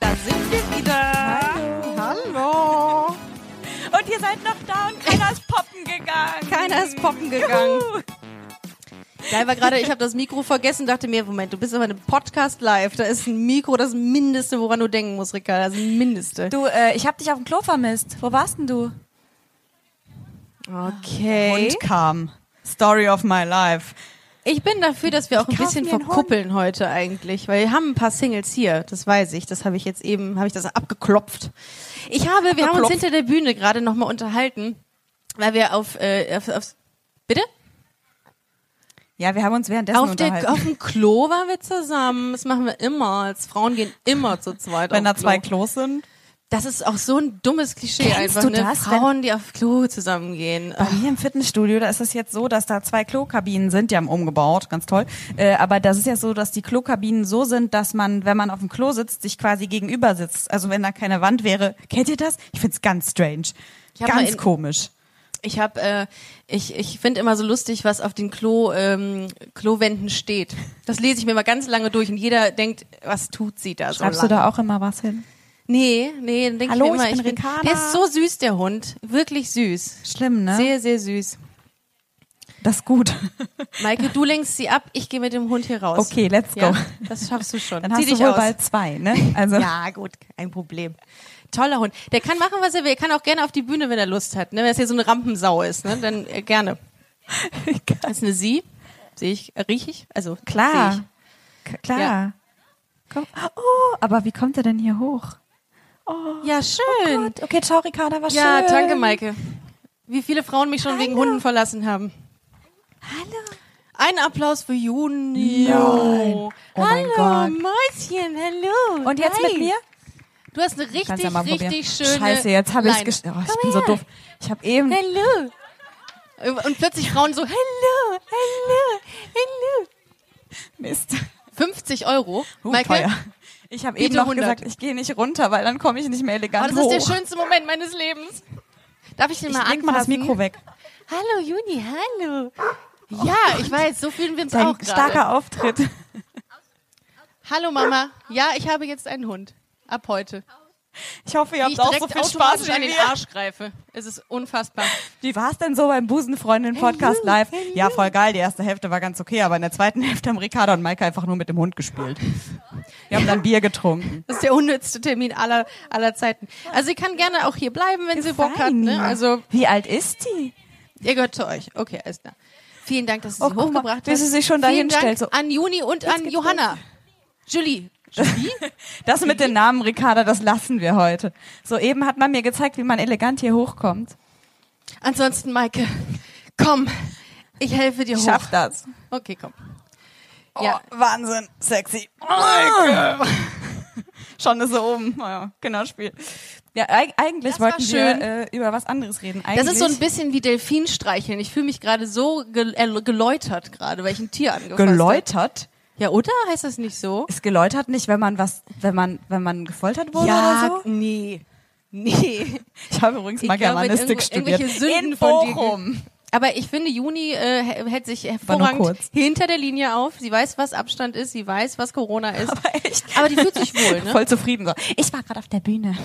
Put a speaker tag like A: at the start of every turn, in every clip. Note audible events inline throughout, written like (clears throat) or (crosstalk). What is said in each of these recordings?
A: Da sind wir wieder.
B: Hallo!
A: Und ihr seid noch da und keiner ist poppen gegangen.
B: Keiner ist poppen gegangen. Geil war gerade, ich habe das Mikro vergessen, dachte mir, Moment, du bist aber in einem Podcast live. Da ist ein Mikro das Mindeste, woran du denken musst, Ricarda. Das Mindeste.
A: Du, äh, ich hab dich auf dem Klo vermisst. Wo warst denn du?
B: Okay.
C: Hund kam. Story of my life.
B: ich bin dafür, dass wir auch ein
A: kauf
B: bisschen
A: mir einen
B: verkuppeln heute eigentlich, weil wir haben ein paar Singles hier, das weiß ich. Das habe ich jetzt eben, habe ich das abgeklopft. Ich habe, wir haben uns
C: Abgeklopft.
B: hinter der Bühne gerade nochmal unterhalten, weil wir auf, äh, auf, auf bitte?
C: Ja, wir haben uns währenddessen
B: Auf,
C: unterhalten.
B: der, auf dem Klo waren wir zusammen. Das machen wir immer. Als Frauen gehen immer zu zweit
C: Wenn
B: auf
C: da zwei
B: Klo.
C: Klos sind.
B: Das ist auch so ein dummes Klischee
A: Kennst
B: einfach.
A: du
B: ne?
A: das,
B: Frauen, die auf Klo Ähm, zusammengehen.
C: Bei mir im Fitnessstudio, da ist es jetzt so, dass da zwei Klokabinen sind, die haben umgebaut, ganz toll. Äh, aber das ist ja so, dass die Klokabinen so sind, dass man, wenn man auf dem Klo sitzt, sich quasi gegenüber sitzt. Also wenn da keine Wand wäre. Kennt ihr das? Ich find's ganz strange.
B: hab mal
C: Ganz
B: in-
C: komisch.
B: Ich habe, äh, ich, ich finde immer so lustig, was auf den Klo, ähm, Klowänden steht. Das lese ich mir mal ganz lange durch und jeder denkt, was tut sie da so
C: Schreibst
B: lang?
C: du da auch immer was hin?
B: Nee, nee, dann denke ich
C: Hallo,
B: mir immer,
C: ich bin Ricarda.
B: der ist so süß, der Hund. Wirklich süß.
C: Schlimm, ne?
B: Sehr, sehr süß.
C: Das ist gut.
B: Maike, du lenkst sie ab, ich gehe mit dem Hund hier raus.
C: Okay, let's go.
B: Ja, das schaffst du schon.
C: Dann
B: Zieh
C: hast du
B: dich
C: wohl
B: aus.
C: bald zwei, ne? Also (laughs)
B: Ja, gut, kein Problem. Toller Hund. Der kann machen, was er will. Er kann auch gerne auf die Bühne, wenn er Lust hat. Ne? Wenn es hier so eine Rampensau ist, ne? dann äh, gerne. Das ist eine Sie. Sehe ich, äh, riech ich? Also,
C: Klar.
B: seh
C: K- Klar. Komm. Oh, aber wie kommt er denn hier hoch?
B: Ich. Ja, schön.
C: Oh Gott, Okay, ciao, Ricarda, war
B: ja,
C: schön.
B: danke, Maike. Wie viele Frauen mich schon wegen Hunden verlassen haben. Hallo. Ein Applaus für Juni.
C: Nein. Oh mein
B: hallo,
C: Gott.
B: Mäuschen, hallo.
C: Und jetzt
B: Hi.
C: mit mir?
B: Du hast eine
C: Kannst
B: richtig,
C: ja mal probieren.
B: richtig schöne
C: Scheiße, jetzt habe ich
B: Leine.
C: es oh, Ich
B: Komm
C: bin so
B: her.
C: doof. Ich habe eben.
B: Hallo. Äh, Und plötzlich Frauen so, hallo, hallo, hallo.
C: Mist. (laughs)
B: 50 Euro.
C: Uh,
B: Maike,
C: teuer. Ich habe eben
B: Biete
C: noch
B: 100.
C: gesagt, ich gehe nicht runter, weil dann komme ich nicht mehr
B: oh,
C: elegant
B: das
C: hoch.
B: ist der schönste Moment meines Lebens. Darf ich den
C: ich
B: mal
C: leg
B: anfassen?
C: mal das Mikro weg.
B: Hallo Juni, hallo. ja, ich weiß, so fühlen wir uns auch
C: Dein
B: gerade.
C: starker Auftritt.
B: Hallo Mama. Ja, ich habe jetzt einen Hund. Ab heute.
C: Ich hoffe, ihr
B: Wie ich
C: habt auch so
B: direkt
C: viel
B: automatisch
C: Spaß
B: an
C: wie
B: den
C: wir.
B: Arsch greife. Es ist unfassbar.
C: Wie war es denn so beim Busenfreundin-Podcast live? Ja, voll geil. Die erste Hälfte war ganz okay, aber in der zweiten (laughs) Hälfte haben Ricarda und Maike einfach nur mit dem Hund gespielt. Wir haben dann Bier getrunken.
B: Das ist der unnützte Termin aller, aller Zeiten. Also sie kann gerne auch hier bleiben, wenn sie Bock hat.
C: Fein.
B: Ne? Also
C: wie alt ist die?
B: Ihr gehört zu euch. Okay, alles klar. Vielen Dank, dass du
C: Oh,
B: sie
C: guck mal,
B: hochgebracht
C: wie
B: hast.
C: sie sich schon dahin
B: Vielen Dank
C: stellt, so.
B: an Juni und an
C: geht's
B: Johanna. Julie. Julie?
C: Das mit den Namen, Ricarda, das lassen wir heute. Soeben hat man mir gezeigt, wie man elegant hier hochkommt.
B: Ansonsten, Maike, komm. Ich helfe dir
C: Ich
B: hoch.
C: schaff das.
B: Okay, komm. Ja.
C: Oh, Wahnsinn, sexy. Maike. (laughs) Schon ist sie oben. Naja, genau, Spiel. Ja, eig eigentlich
B: Das war
C: wollten
B: schön.
C: wir äh, über was anderes reden. Eigentlich,
B: Das ist so ein bisschen wie Delfin streicheln. Ich fühle mich gerade so gel äh, geläutert gerade, weil ich ein Tier angefasst habe.
C: geläutert.
B: Ja, oder? Heißt das nicht so?
C: Ist geläutert nicht, wenn man was, wenn man, wenn man gefoltert wurde oder so?
B: nee. (laughs) Nee.
C: Ich habe übrigens
B: Ich
C: mal
B: glaube,
C: Germanistik
B: irgendwo-
C: studiert.
B: irgendwelche Sünden
C: In
B: von dir (laughs)
C: Bochum.
B: Aber ich finde, Juni äh, hä- hält sich
C: nur
B: hervorragend
C: kurz.
B: hinter der Linie auf. Sie weiß, was Abstand ist. Sie weiß, was Corona ist.
C: Aber echt.
B: (laughs) Aber die fühlt sich wohl,
C: (laughs)
B: ne?
C: Voll zufrieden. So. Ich war gerade auf der Bühne.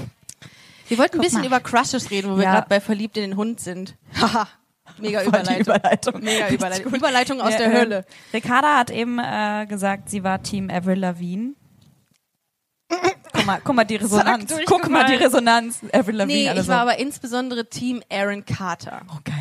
B: Wir wollten ein bisschen
C: mal.
B: über Crushes reden, wo wir
C: Ja.
B: gerade bei Verliebt in den Hund sind. Haha. (laughs) Mega
C: Voll die
B: Überleitung. Mega
C: Richtig
B: Überleitung.
C: gut.
B: Überleitung aus
C: Ja,
B: der
C: ähm,
B: Hölle.
C: Ricarda hat eben äh, gesagt, sie war Team Avril Lavigne. guck, mal, guck mal die Resonanz.
B: durch,
C: Guck mal die
B: Gewalt.
C: Resonanz. Avril Lavigne,
B: Nee,
C: alle
B: ich
C: so.
B: war aber insbesondere Team Aaron Carter.
C: um. oh, geil.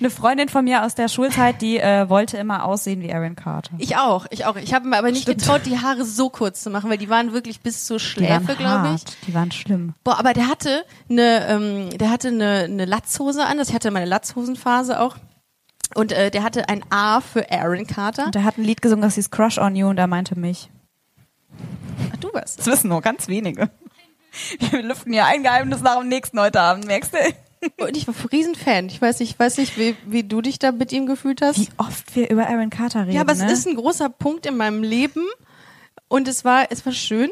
C: Eine Freundin von mir aus der Schulzeit, die äh, wollte immer aussehen wie Aaron Carter.
B: Ich auch, ich auch. Ich habe mir aber nicht
C: Stimmt.
B: getraut, die Haare so kurz zu machen, weil die waren wirklich bis zur Schläfe, glaube ich.
C: Die waren schlimm.
B: Boah, aber der hatte eine, ähm, der hatte eine, eine Latzhose an. Das ich hatte meine Latzhosenphase auch. Und äh, der hatte ein A für Aaron Carter.
C: Und er hat ein Lied gesungen, das hieß Crush on You und er meinte mich.
B: Ach, du warst.
C: Das wissen nur ganz wenige. Wir lüften hier ein Geheimnis nach dem nächsten heute Abend, merkst du?
B: Und ich war ein Riesenfan. Ich weiß nicht, ich weiß nicht wie, wie du dich da mit ihm gefühlt hast.
C: Wie oft wir über Aaron Carter reden.
B: ja, aber es
C: ne?
B: ist ein großer Punkt in meinem Leben und es war, es war schön.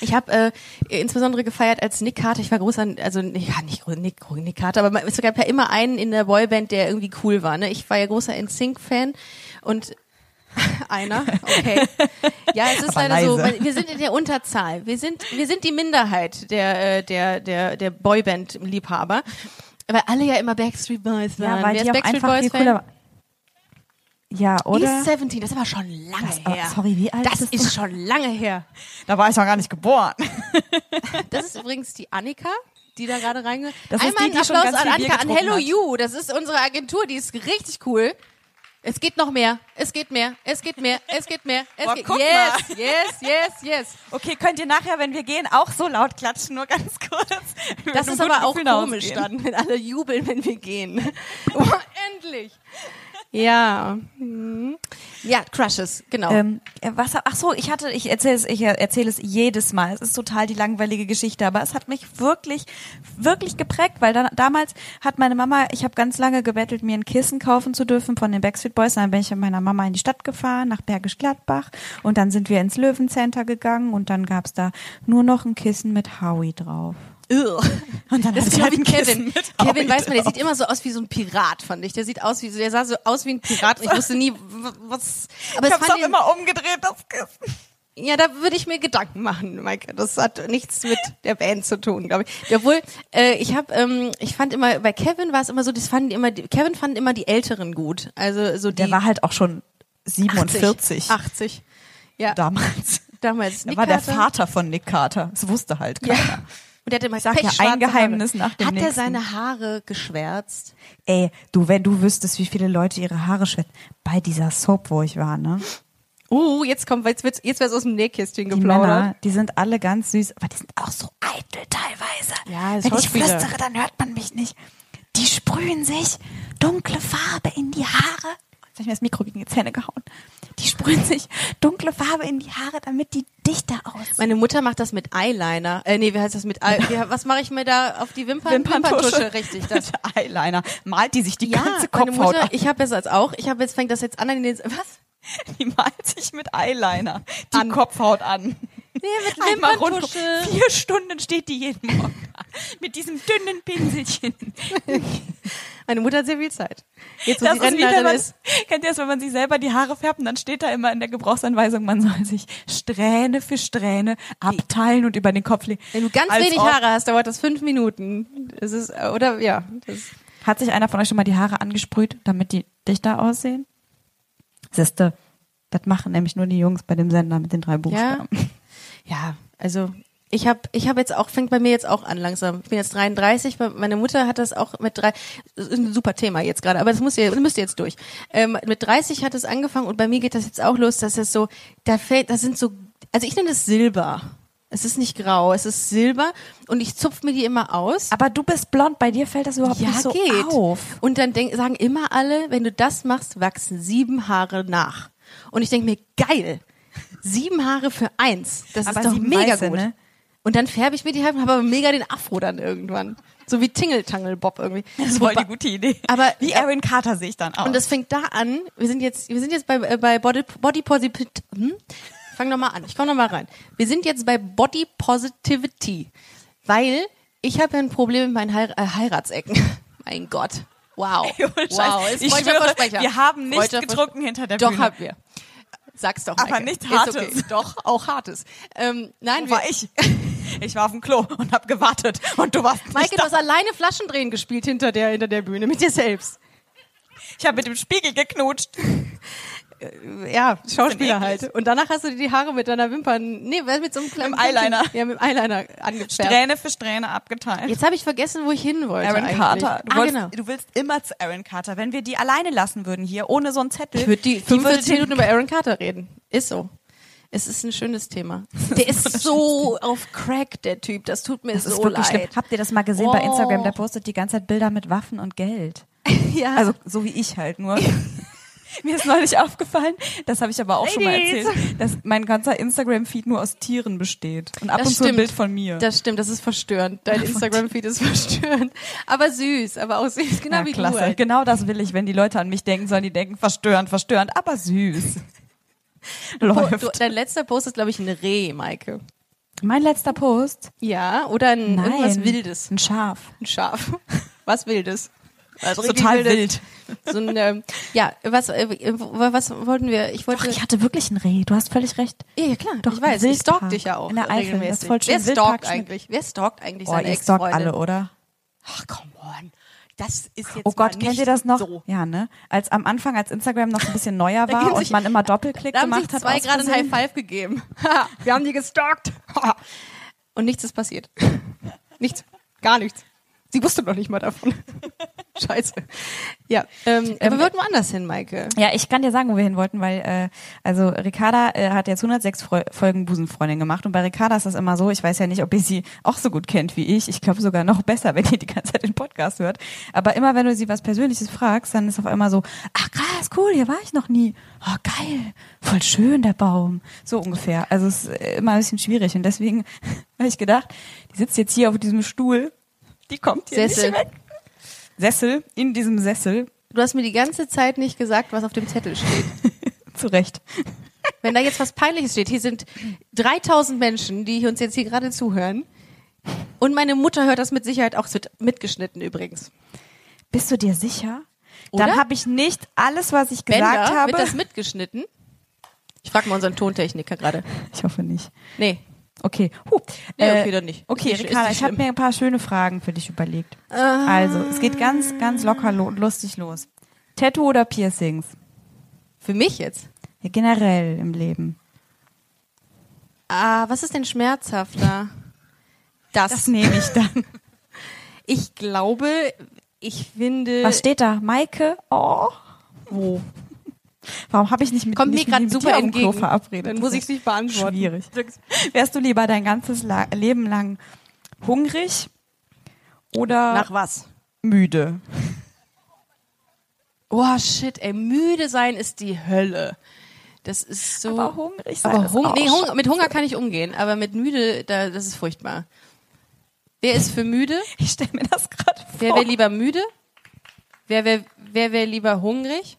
B: Ich habe äh, insbesondere gefeiert als Nick Carter. Ich war groß an, also ja, nicht groß, Nick, Nick Carter, aber man- es gab ja immer einen in der Boyband, der irgendwie cool war. Ne? Ich war ja großer NSYNC-Fan und (laughs) einer, okay. Ja, es ist
C: Aber
B: leider so,
C: leise.
B: man, wir sind in der Unterzahl. Wir sind, wir sind die Minderheit der, äh, der, der, der Boyband-Liebhaber. Weil alle ja immer Backstreet Boys waren.
C: ja, weil
B: Wer
C: die
B: ist
C: auch
B: Backstreet
C: einfach viel
B: Boys-Fan?
C: cooler war- Ja, oder?
B: East 17, das ist halt- aber schon lange
C: oh,
B: her.
C: sorry, wie alt
B: das
C: bist du?
B: ist schon lange her.
C: Da war ich noch gar nicht geboren.
B: Das ist übrigens die Annika, die da gerade reinge.
C: Das ist
B: Einmal
C: die,
B: einen
C: die schon
B: Applaus
C: ganz viel
B: an
C: Bier
B: Annika, an
C: getrunken
B: Hello
C: hat.
B: You. Das ist unsere Agentur, die ist richtig cool. Es geht noch mehr, es geht mehr, es geht mehr, es geht mehr, es
C: Boah,
B: geht
C: guck
B: yes, yes, yes, yes.
C: Okay, könnt ihr nachher, wenn wir gehen, auch so laut klatschen, nur ganz kurz. Mit
B: Das
C: einem
B: ist
C: guten
B: aber auch
C: Gefühl
B: komisch
C: rausgehen.
B: dann, wenn alle jubeln, wenn wir gehen. Oh, endlich. Ja. Hm. Ja, Crushes, genau.
C: Ähm, äh, was, ach so, ich hatte, ich erzähle es, ich erzähle es jedes Mal. Es ist total die langweilige Geschichte, aber es hat mich wirklich, wirklich geprägt, weil dann, damals hat meine Mama, ich habe ganz lange gebettelt, mir ein Kissen kaufen zu dürfen von den Backstreet Boys. Dann bin ich mit meiner Mama in die Stadt gefahren, nach Bergisch Gladbach und dann sind wir ins Löwencenter gegangen und dann gab's da nur noch ein Kissen mit Howie drauf. Und dann
B: Das ist
C: hat
B: genau
C: sie
B: wie
C: ein Kissen
B: Kevin.
C: mit
B: Kevin
C: Howie
B: weiß man, der
C: drauf.
B: sieht immer so aus wie so ein Pirat, fand ich. Der sieht aus wie, der sah so aus wie ein Pirat und ich wusste nie, w- was. Aber
C: Ich
B: es
C: hab's
B: fand
C: auch
B: ihn,
C: immer umgedreht, das Kissen.
B: ja, da würde ich mir Gedanken machen, Maike. Das hat nichts mit der Band zu tun, glaube ich. Obwohl, äh, ich habe, ähm, ich fand immer, bei Kevin war es immer so, das fanden immer, die, Kevin fanden immer die Älteren gut. Also so die
C: Der war halt auch schon 47
B: 80. 80. Ja,
C: damals.
B: damals. Nick
C: Er war der
B: Carter.
C: Vater von Nick Carter. Das wusste halt keiner.
B: Ja. Und der hatte immer
C: sag ja,
B: pechschwarze
C: ein Geheimnis
B: Haare.
C: nach dem
B: Hat er
C: nächsten.
B: seine Haare geschwärzt?
C: Ey, du, wenn du wüsstest, wie viele Leute ihre Haare schwätzen. Bei dieser Soap, wo ich war, ne?
B: Uh, jetzt kommt, jetzt wird's, jetzt wär's aus dem Nähkästchen
C: Die
B: geplaudert.
C: Männer, die sind alle ganz süß, aber die sind auch so eitel teilweise.
B: Ja, das
C: wenn ich
B: Schauspieler.
C: flüstere, dann hört man mich nicht. Die sprühen sich dunkle Farbe in die Haare. Jetzt hab ich mir das Mikro gegen die Zähne gehauen. Die sprühen sich dunkle Farbe in die Haare, damit die dichter aussehen.
B: Meine Mutter macht das mit Eyeliner. Äh, nee, wie heißt das mit
C: (laughs)
B: Eye wie, Was mache ich mir da auf die Wimpern? richtig. Das.
C: Eyeliner. Malt die sich (laughs) die
B: Ja,
C: ganze
B: meine
C: Kopfhaut
B: Mutter, ich habe jetzt als auch, ich habe jetzt fängt das jetzt an, an den, was?
C: Die malt sich mit Eyeliner die
B: An.
C: Kopfhaut an.
B: Nee, mit
C: Einmal rund. um-
B: Wimperntusche.
C: Vier Stunden steht die jeden Morgen an. mit diesem dünnen
B: (laughs)
C: Pinselchen.
B: Meine Mutter hat sehr viel Zeit. Jetzt, wo
C: Das
B: sie
C: ist wie, wenn
B: Rentnerin
C: man,
B: ist.
C: kennt ihr das, wenn man sich selber die Haare färbt und dann steht da immer in der Gebrauchsanweisung, man soll sich Strähne für Strähne abteilen und über den Kopf legen.
B: Wenn du ganz
C: Als
B: wenig
C: ob-
B: Haare hast, dauert das fünf Minuten. Das ist, äh, oder, ja. Das,
C: Hat sich einer von euch schon mal die Haare angesprüht, damit die dichter aussehen? Siehste, das machen nämlich nur die Jungs bei dem Sender mit den drei Buchstaben.
B: ja, also ich habe ich hab jetzt auch, fängt bei mir jetzt auch an langsam. Ich bin jetzt 33, bei- meine Mutter hat das auch mit drei, das ist ein super Thema jetzt gerade, aber das muss ihr, müsst ihr jetzt durch. Ähm, mit 30 hat es angefangen und bei mir geht das jetzt auch los, dass es so, da fällt, das sind so, also ich nenne das Silber. Es ist nicht grau, es ist Silber und ich zupf mir die immer aus.
C: Aber du bist blond, bei dir fällt das überhaupt
B: Ja,
C: nicht so
B: geht.
C: auf.
B: Und dann denk, sagen immer alle, wenn du das machst, wachsen sieben Haare nach. Und ich denke mir, geil, sieben Haare für eins. Das
C: Aber
B: ist doch
C: sieben
B: mega
C: weiße,
B: gut.
C: ne?
B: Und dann färbe ich mir die Haare und habe aber mega den Afro dann irgendwann. So wie Tingle-Tangle-Bob irgendwie. Wobei-
C: gute Idee.
B: Aber-
C: wie Aaron Carter sehe ich dann aus.
B: und das fängt da an. Wir sind jetzt, wir sind jetzt bei, äh, bei Body, Body Positivity. Hm? Fang nochmal an. Ich komme nochmal rein. Wir sind jetzt bei Body Positivity. Weil ich habe ja ein Problem mit meinen Heir äh, Heiratsecken. (laughs) mein Gott. Wow.
C: Ey, (laughs) ohne Scheiß.
B: wow. ist
C: Ich
B: freudscher
C: schwöre,
B: Versprecher.
C: wir haben nicht
B: Freudscher
C: getrunken hinter der
B: Doch,
C: Bühne.
B: haben wir. Sag's doch.
C: Aber
B: Maike.
C: nichts
B: Ist
C: Hartes.
B: Okay. Doch, auch Hartes. Ähm, nein,
C: Wo
B: wir,
C: war ich. (laughs) Ich war auf dem Klo und habe gewartet und du warst nicht
B: Maike, du
C: da.
B: hast alleine Flaschendrehen gespielt hinter der, hinter der Bühne mit dir selbst.
C: Ich habe mit dem Spiegel geknutscht.
B: (laughs) ja, Schauspieler
C: eklig.
B: halt. Und danach hast du dir die Haare mit deiner Wimpern, nee, weil mit so einem kleinen
C: Mit dem Eyeliner.
B: Kämmchen- Ja, mit dem Eyeliner angefärbt.
C: Strähne für Strähne abgeteilt.
B: Jetzt habe ich vergessen, wo ich hin wollte
C: Aaron
B: eigentlich.
C: Carter. Du,
B: Ah,
C: wolltest,
B: genau.
C: du willst immer zu Aaron Carter. Wenn wir die alleine lassen würden hier, ohne so einen Zettel.
B: Ich würde die
C: würde
B: 45
C: den-
B: Minuten über Aaron Carter reden. Ist so. Es ist ein schönes Thema. Der ist so auf Crack, der Typ. Das tut mir
C: Das ist
B: so
C: wirklich schlimm.
B: leid.
C: Habt ihr das mal gesehen bei
B: Oh.
C: Instagram? Der postet die ganze Zeit Bilder mit Waffen und Geld.
B: Ja. (laughs)
C: Also so wie ich halt nur. Mir ist neulich aufgefallen, das habe ich aber auch schon mal
B: Ladies.
C: erzählt, dass mein ganzer Instagram-Feed nur aus Tieren besteht. Und ab
B: Das
C: und zu ein
B: stimmt.
C: Bild von mir.
B: Das stimmt, das ist verstörend. Dein Instagram-Feed (laughs) ist verstörend. Aber süß, aber auch süß, genau
C: Na,
B: wie
C: klasse.
B: du. Halt.
C: Genau das will ich, wenn die Leute an mich denken, sollen die denken, verstörend, verstörend, aber süß.
B: Oh,
C: Läuft.
B: du, dein letzter Post ist, glaube ich, ein Reh, Maike.
C: mein letzter Post.
B: Ja, oder ein,
C: Nein.
B: irgendwas Wildes.
C: Ein Schaf.
B: Ein Schaf. (laughs) Was Wildes. Was richtig
C: Total
B: Wildes.
C: wild.
B: So ein, ähm, ja, was, äh, w- was wollten wir? Ich wollte.
C: Ich hatte wirklich ein Reh. Du hast völlig recht.
B: Ja, ja, klar,
C: Doch,
B: ich weiß.
C: ein
B: Ich stalk
C: Wildpark
B: dich ja auch.
C: in der Eifel, das ist
B: regelmäßig.
C: voll schön.
B: Wer stalkt
C: Wildpark schmeckt-
B: eigentlich? Wer stalkt eigentlich
C: Oh,
B: seine
C: ihr stalkt
B: Ex-Freundin?
C: alle, oder?
B: Ach, come on. Das ist jetzt
C: Oh Gott,
B: mal
C: kennt
B: nicht
C: ihr das noch?
B: So.
C: Ja, ne? Als am Anfang, als Instagram noch ein bisschen neuer
B: geben
C: war und
B: sich-
C: man immer Doppelklick
B: Da haben sich
C: gemacht hat.
B: zwei
C: aus
B: gerade ein High
C: Versehen.
B: Five gegeben. (laughs) Ha, Wir haben die gestalkt. (laughs) Ha. Und nichts ist passiert. (laughs) Nichts. Gar nichts. Sie wusste noch nicht mal davon. (laughs) Scheiße. Ja, ähm, aber wir wollten woanders hin, Maike.
C: Ja, ich kann dir sagen, wo wir hin wollten, weil äh, also Ricarda äh, hat jetzt 106 Freu Folgen Busenfreundin gemacht und bei Ricarda ist das immer so, ich weiß ja nicht, ob ihr sie auch so gut kennt wie ich, ich glaube sogar noch (laughs) besser, wenn ihr die ganze Zeit den Podcast hört, aber immer wenn du sie was Persönliches fragst, dann ist auf einmal so, ach krass, cool, hier war ich noch nie, oh geil, voll schön der Baum, so ungefähr, also es ist äh, immer ein bisschen schwierig und deswegen (laughs) habe ich gedacht, die sitzt jetzt hier auf diesem Stuhl, die kommt hier
B: Sessel.
C: nicht weg. Sessel, in diesem Sessel,
B: Du hast mir die ganze Zeit nicht gesagt, was auf dem Zettel steht.
C: zurecht.
B: Wenn da jetzt was Peinliches steht, hier sind 3000 Menschen, die uns jetzt hier gerade zuhören. Und meine Mutter hört das mit Sicherheit auch. Es wird mitgeschnitten übrigens.
C: Bist du dir sicher?
B: Oder?
C: Dann habe ich nicht alles, was ich
B: Bender,
C: gesagt habe.
B: wird das mitgeschnitten? Ich frage mal unseren Tontechniker gerade.
C: ich hoffe nicht.
B: Nee.
C: Okay. Huh. Äh,
B: Nee, okay, dann nicht.
C: Okay,
B: Ist nicht- ist
C: Ricarda,
B: nicht
C: ich habe
B: schlimm. Ah.
C: mir ein paar schöne Fragen für dich überlegt. Also, es geht ganz, ganz locker lo und lustig los. Tattoo oder Piercings?
B: Für mich jetzt.
C: Ja, generell im Leben.
B: Ah, was ist denn schmerzhafter?
C: Das
B: Das.
C: nehme ich
B: (laughs)
C: dann.
B: Ich glaube, ich finde.
C: Was steht da? Maike? Oh.
B: wo?
C: Warum habe ich nicht mit,
B: Kommt mir
C: nicht
B: gerade
C: mit dir
B: super
C: auf dem Klo
B: entgegen.
C: verabredet?
B: Dann
C: Das
B: muss
C: ist
B: ich nicht beantworten.
C: Schwierig. Wärst du lieber dein ganzes La Leben lang hungrig oder
B: Nach was?
C: müde?
B: Oh shit, ey, müde sein ist die Hölle. Das ist so.
C: Aber hungrig sein
B: Oh. Aber
C: ist
B: Hung
C: auch
B: nee, Hunger, mit Hunger kann ich umgehen, aber mit müde, da, das ist furchtbar. Wer ist für müde?
C: Ich stelle mir das gerade vor.
B: Wer wäre lieber müde? Wer wäre wer wär lieber hungrig?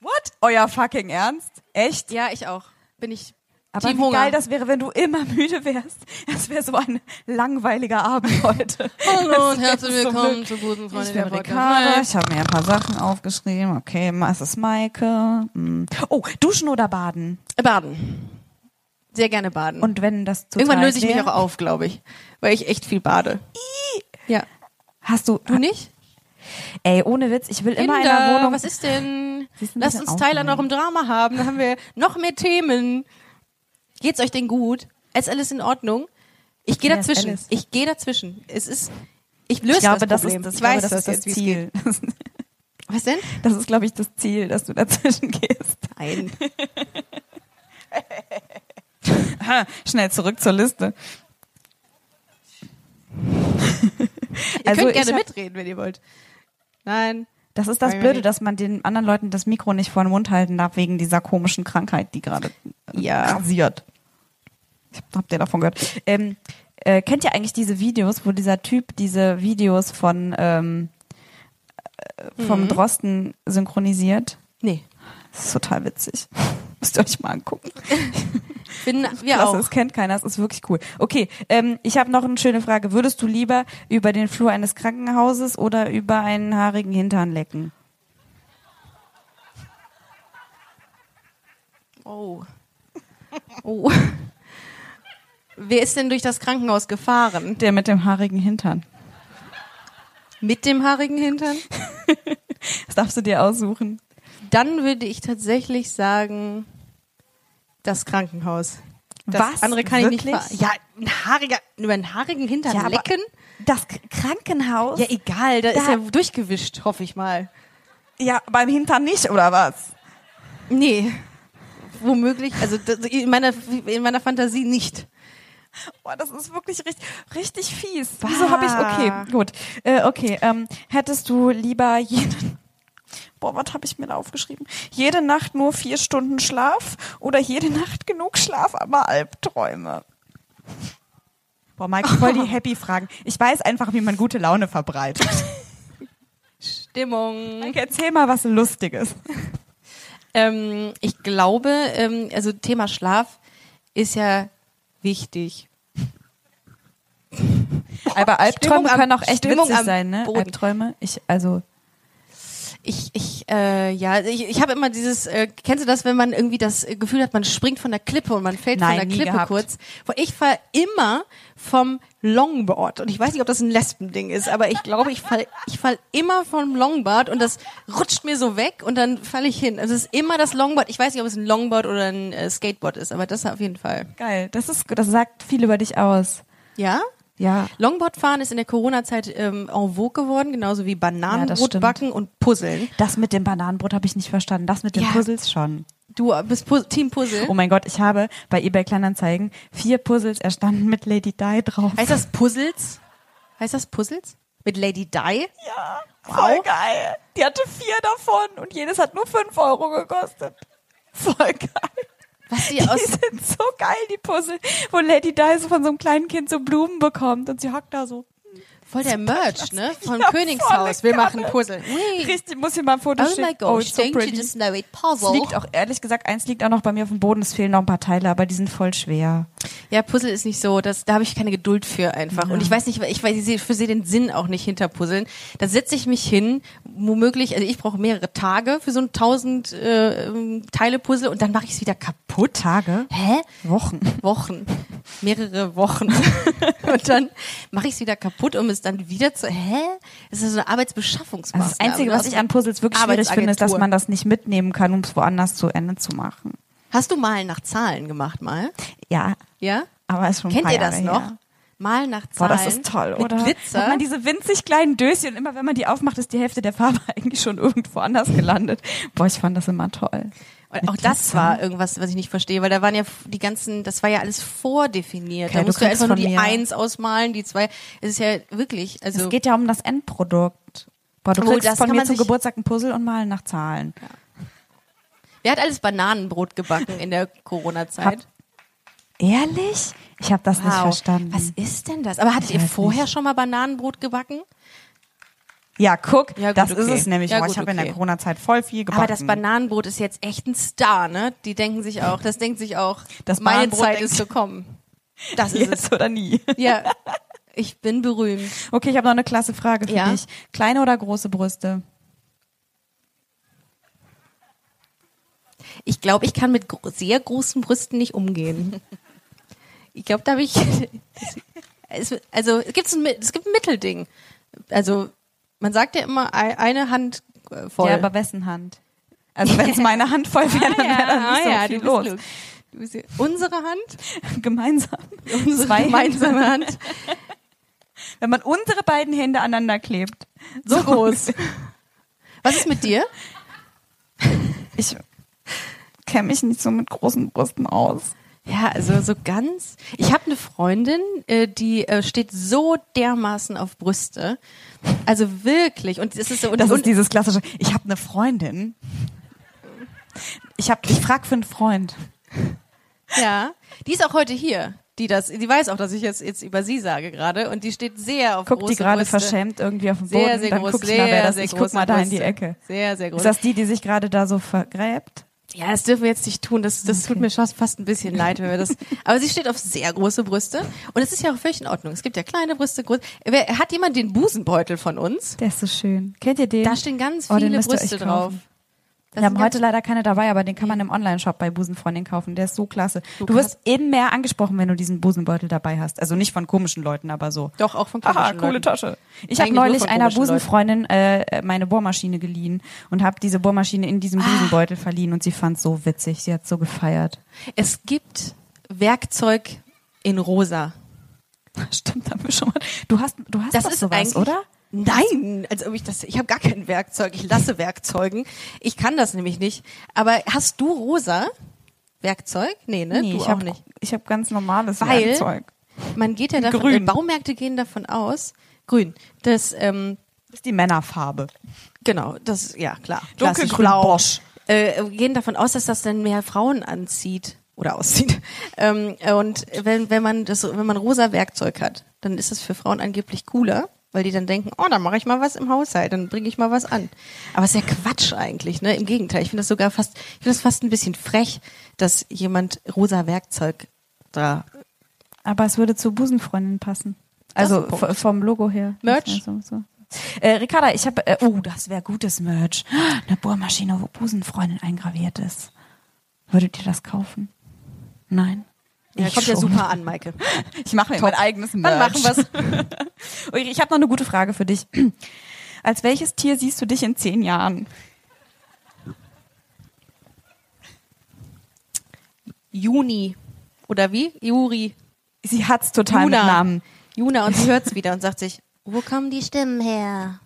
C: What? Euer fucking Ernst? Echt?
B: Ja, ich auch. Bin ich
C: Aber
B: Team
C: wie
B: Hunger.
C: geil das wäre, wenn du immer müde wärst. Das wäre so ein langweiliger Abend
B: (laughs)
C: heute.
B: Hallo und
C: Das wär
B: herzlich
C: so
B: willkommen
C: blöd.
B: zu guten Freunde
C: Ich
B: Oh, der
C: bin Ricarda,
B: Podcast.
C: ich habe mir ein paar Sachen aufgeschrieben. Okay, was ist Maike? Hm. Oh, duschen oder baden?
B: Baden. Sehr gerne baden.
C: Und wenn das total
B: Irgendwann löse ich mich
C: wär-
B: auch auf, glaube ich, weil ich echt viel bade. Ja.
C: Hast du,
B: Du nicht?
C: ey, ohne Witz, ich will immer in
B: Kinder,
C: einer Wohnung.
B: Was ist denn?
C: Sie ist ein
B: Lasst
C: bisschen
B: uns Teil an eurem
C: aufgenommen.
B: Drama haben. Da haben wir noch mehr Themen. Geht's euch denn gut? Ist alles in Ordnung? Ich gehe
C: Wer ist
B: dazwischen.
C: Alice?
B: Ich gehe dazwischen. Es ist. Ich löse
C: ich glaube, das,
B: das Problem.
C: ist das,
B: ich
C: glaube,
B: weiß
C: das, ist das
B: jetzt, wie's geht.
C: Ziel. (laughs)
B: Was denn?
C: Das ist, glaube ich, das Ziel, dass du dazwischen (laughs) gehst. (laughs)
B: Nein.
C: Schnell zurück zur Liste.
B: Ihr könnt gerne
C: Also ich hab-
B: mitreden, wenn ihr wollt. Nein.
C: Das ist das
B: Wollen wir
C: Blöde,
B: nicht.
C: dass man den anderen Leuten das Mikro nicht vor den Mund halten darf, wegen dieser komischen Krankheit, die gerade äh,
B: Ja.
C: rasiert. Ich hab- habt ihr davon gehört. Ähm, äh, kennt ihr eigentlich diese Videos, wo dieser Typ diese Videos von ähm, äh, vom
B: Mhm.
C: Drosten synchronisiert?
B: Nee.
C: Das ist total witzig. (laughs) Müsst ihr euch mal angucken.
B: Bin, wir
C: Klasse,
B: auch.
C: das kennt keiner, das ist wirklich cool. Okay, ähm, ich habe noch eine schöne Frage. Würdest du lieber über den Flur eines Krankenhauses oder über einen haarigen Hintern lecken?
B: Oh.
C: (laughs)
B: Oh. Wer ist denn durch das Krankenhaus gefahren?
C: Der mit dem haarigen Hintern.
B: Mit dem haarigen Hintern?
C: Das darfst du dir aussuchen.
B: Dann würde ich tatsächlich sagen, das Krankenhaus. Das
C: Was?
B: andere kann ich nicht
C: Wirklich?
B: ver Ja, ein haariger, über einen haarigen Hintern
C: Ja, aber-
B: lecken?
C: Das K- Krankenhaus?
B: Ja, egal, da, ist
C: Da-
B: ja durchgewischt, hoffe ich mal.
C: ja, beim Hintern nicht, oder was?
B: Nee. Womöglich, also das- in meiner, in meiner Fantasie nicht.
C: Boah, das ist wirklich richtig, richtig fies. Wieso habe ich... Okay, gut. Äh, okay, ähm, hättest du lieber jeden... (laughs)
D: boah, was habe ich mir da aufgeschrieben? Jede Nacht nur vier Stunden Schlaf oder
C: (laughs)
D: jede Nacht genug Schlaf, aber Albträume.
C: Boah, Mike, voll (laughs) die Happy-Fragen. Ich weiß einfach, wie man gute Laune verbreitet. (laughs)
B: Stimmung.
C: Mike, erzähl mal was Lustiges.
B: Ähm, ich glaube, ähm, also Thema Schlaf ist ja wichtig.
C: Aber Albträume
B: Stimmung am-
C: können auch echt
B: Stimmung
C: witzig
B: am
C: sein, ne?
B: Boden.
C: Albträume. Ich, also,
B: Ich, ich, äh, ja, ich, ich habe immer dieses, äh, kennst du das, wenn man irgendwie das äh, Gefühl hat, man springt von der Klippe und man fällt
C: Nein,
B: von
C: nie
B: der Klippe
C: gehabt.
B: kurz. Weil Ich fall immer vom Longboard und ich weiß nicht, ob das ein Lesbending ist, aber ich glaube, ich fall, ich fall immer vom Longboard und das rutscht mir so weg und dann falle ich hin. Also es ist immer das Longboard. Ich weiß nicht, ob es ein Longboard oder ein äh, Skateboard ist, aber das auf jeden Fall.
C: geil. Das ist, das sagt viel über dich aus.
B: Ja?
C: Ja.
B: Longboardfahren ist in der Corona-Zeit ähm, en vogue geworden, genauso wie Bananenbrot
C: stimmt.
B: backen und puzzeln.
C: Das mit dem Bananenbrot habe ich nicht verstanden. Das mit den
B: Ja.
C: Puzzles schon.
B: Du bist Pu Team Puzzle.
C: Oh mein Gott, ich habe bei eBay Kleinanzeigen vier Puzzles erstanden mit Lady Di drauf.
B: Heißt das Puzzles? Heißt das Puzzles? Mit Lady Di?
D: Ja, voll geil. Die hatte vier davon und jedes hat nur fünf Euro gekostet. Voll geil.
B: Was die
D: Die
B: aus.
D: sind so geil, die Puzzle, wo Lady Di so von so einem kleinen Kind so Blumen bekommt und sie hockt da so.
B: Voll der Merch, ne? Vom
D: Ja,
B: Königshaus.
D: volle
B: Wir machen
D: Kanne.
B: Puzzle. Whee.
D: Richtig, muss ich mal ein Foto
B: Oh
D: schicken.
B: my
D: Oh,
B: gosh,
D: it's so
B: don't you
D: pretty.
B: just know it?
C: Es
B: Puzzle.
C: liegt auch, ehrlich gesagt, eins liegt auch noch bei mir auf dem Boden. Es fehlen noch ein paar Teile, aber die sind voll schwer.
B: Ja, Puzzle ist nicht so, das, da habe ich keine Geduld für einfach. Und ich weiß nicht, ich weiß, ich sehe- versehe den Sinn auch nicht hinter Puzzeln. Da setze ich mich hin, womöglich, also ich brauche mehrere Tage für so ein 1000 äh, ähm, Teile Puzzle und dann mache ich es wieder kaputt.
C: Tage?
B: Hä?
C: Wochen.
B: Wochen. Mehrere Wochen. (laughs) und dann mache ich es wieder kaputt, um es dann wieder zu. Hä? Das ist so eine Arbeitsbeschaffungsmaßnahme.
C: Also das Einzige, was
B: ne?
C: ich an Puzzles wirklich schwierig finde, ist, dass
B: Arbeitsagentur.
C: man das nicht mitnehmen kann, um es woanders zu Ende zu machen.
B: Hast du Malen nach Zahlen gemacht mal?
C: Ja,
B: Ja?
C: aber ist schon ein
B: Kennt
C: paar
B: ihr das
C: Jahre
B: noch?
C: Her.
B: Malen nach
C: Boah,
B: Zahlen.
C: das ist toll,
B: mit
C: oder? Hat
B: Glitzer.
C: man diese winzig kleinen Döschen und immer wenn man die aufmacht, ist die Hälfte der Farbe (laughs) eigentlich schon irgendwo anders gelandet. Boah, ich fand das immer toll.
B: Und auch das war irgendwas, was ich nicht verstehe, weil da waren ja f- die ganzen, das war ja alles vordefiniert.
C: Okay,
B: da
C: du
B: musst du
C: kannst
B: einfach nur
C: von
B: die
C: mir-
B: Eins ausmalen, die zwei. Es ist ja wirklich, also.
C: Es geht ja um das Endprodukt. Boah, du
B: Oh,
C: kriegst
B: das
C: von
B: kann
C: mir
B: man
C: zum
B: sich-
C: Geburtstag ein Puzzle und malen nach Zahlen.
B: wer hat alles Bananenbrot gebacken in der Corona-Zeit?
C: Ehrlich? Ich habe das nicht verstanden.
B: Was ist denn das? Aber hattet ihr
C: weiß
B: vorher schon mal Bananenbrot gebacken?
C: Ja, guck,
B: Ja, gut,
C: das ist
B: okay.
C: es nämlich.
B: Ja,
C: Boah,
B: gut,
C: ich habe in der
B: okay.
C: Corona-Zeit voll viel gebacken.
B: Aber das Bananenbrot ist jetzt echt ein Star, ne? Die denken sich auch, das denkt sich auch,
C: Das
B: meine
C: Bananenbrot
B: Zeit
C: denkt-
B: ist gekommen. Das ist es.
C: jetzt oder nie. (laughs)
B: Ja. Ich bin berühmt.
C: Okay, ich habe noch eine klasse Frage für
B: Ja?
C: dich. Kleine oder große Brüste?
B: Ich glaube, ich kann mit gro sehr großen Brüsten nicht umgehen. Ich glaube, da habe ich. (laughs) Es, also, es gibt, so ein, Mi- es gibt ein Mittelding. Also, man sagt ja immer, ei- eine Hand äh, voll. Ah
C: Ja, aber wessen Hand? Also wenn es meine Hand voll wäre, (laughs) dann wäre da nicht so
B: ja,
C: viel
B: du bist
C: los.
B: klug. Du bist, unsere Hand,
C: Gemeinsam.
B: (laughs) unsere
C: Zwei
B: gemeinsame Hand.
C: Wenn man unsere beiden Hände aneinander klebt.
B: So groß. Was ist mit dir?
C: (laughs) Ich kenne mich nicht so mit großen Brüsten aus.
B: Ja, also so ganz. Ich habe eine Freundin, äh, die äh, steht so dermaßen auf Brüste. Also wirklich. Und es ist so. Und,
C: Das
B: und,
C: ist dieses klassische, ich habe eine Freundin. Ich, hab, ich frag für einen Freund.
B: Ja, die ist auch heute hier. Die das, die weiß auch, dass ich jetzt, jetzt über sie sage gerade und die steht sehr auf
C: Guckt
B: große
C: die gerade
B: Brüste.
C: verschämt irgendwie auf den Boden.
B: Sehr, sehr
C: dann
B: groß,
C: guck ich
B: sehr,
C: mal, wer das
B: sehr
C: ist. Ich guck
B: große
C: mal da in die
B: Brüste.
C: Ecke.
B: Sehr, sehr groß.
C: Ist das die, die sich gerade da so vergräbt?
B: ja, das dürfen wir jetzt nicht tun. Das, das tut mir schon fast ein bisschen leid, wenn
C: (laughs)
B: wir das. Aber sie steht auf sehr große Brüste und es ist ja auch völlig in Ordnung. Es gibt ja kleine Brüste, große. Wer, hat jemand den Busenbeutel von uns?
C: Der ist so schön. Kennt ihr den?
B: Da stehen ganz
C: Oh, den
B: viele
C: müsst ihr euch
B: Brüste drauf.
C: kaufen.
B: Da
C: Wir haben
B: sind ganz-
C: heute leider keine dabei, aber den kann man im Online-Shop bei Busenfreundin kaufen. Der ist so klasse. Du
B: krass.
C: wirst eben mehr angesprochen, wenn du diesen Busenbeutel dabei hast. Also nicht von komischen Leuten, aber so.
B: doch auch von
C: Haha,
B: komischen
C: coole
B: Leuten.
C: Tasche. Ich habe
B: Eigentlich nur
C: neulich
B: von
C: einer
B: komischen Leuten.
C: Busenfreundin äh, meine Bohrmaschine geliehen und habe diese Bohrmaschine in
B: Ah.
C: diesem Busenbeutel verliehen und sie fand so witzig. Sie hat so
B: (laughs)
C: gefeiert.
B: Es gibt Werkzeug in Rosa.
C: Stimmt, haben wir schon mal. Du hast, du hast
B: Das
C: doch
B: ist
C: sowas,
B: eigentlich-
C: oder?
B: Nein, als ob ich das. Ich habe gar kein Werkzeug. Ich lasse Werkzeugen. Ich kann das nämlich nicht. Aber hast du rosa Werkzeug? Nee, ne? du
C: ich
B: auch
C: habe
B: nicht.
C: Ich habe ganz normales
B: Weil-
C: Werkzeug.
B: Man geht ja davon.
C: Grün.
B: Baumärkte gehen davon aus. Grün. Dass ähm,
C: ist die Männerfarbe.
B: Genau, das ja klar.
C: Dunkelgrün,
B: Klassisch blau.
C: Bosch.
B: Äh, wir gehen davon aus, dass das dann mehr Frauen anzieht oder auszieht. (laughs) Ähm, äh, und wenn, wenn man das, wenn man rosa Werkzeug hat, dann ist das für Frauen angeblich cooler, weil die dann denken, oh, dann mache ich mal was im Haushalt, dann bringe ich mal was an. Aber ist ja Quatsch eigentlich, ne? Im Gegenteil, ich finde das sogar fast, ich finde das fast ein bisschen frech, dass jemand rosa Werkzeug da
C: Aber es würde zu Busenfreundin passen.
B: Das ist
C: Also
B: ein Punkt.
C: v- vom Logo her.
B: Merch?
C: So, so. Äh, Ricarda, ich habe, äh, oh, das wäre gutes Merch. (gasps) Eine Bohrmaschine, wo Busenfreundin eingraviert ist. Würdet ihr das kaufen? Nein.
B: ja,
C: Ich
B: kommt ja
C: schon.
B: super an, Maike.
C: Ich mache mir mein eigenes Merch.
B: Dann machen wir's.
C: (laughs) Ulrike, ich habe noch eine gute Frage für dich. (clears throat) Als welches Tier siehst du dich in zehn Jahren?
B: (laughs) Juni. Oder wie? Juri.
C: Sie hat's total mit Namen.
B: Juna und sie hört's wieder und sagt sich, wo kommen die Stimmen her?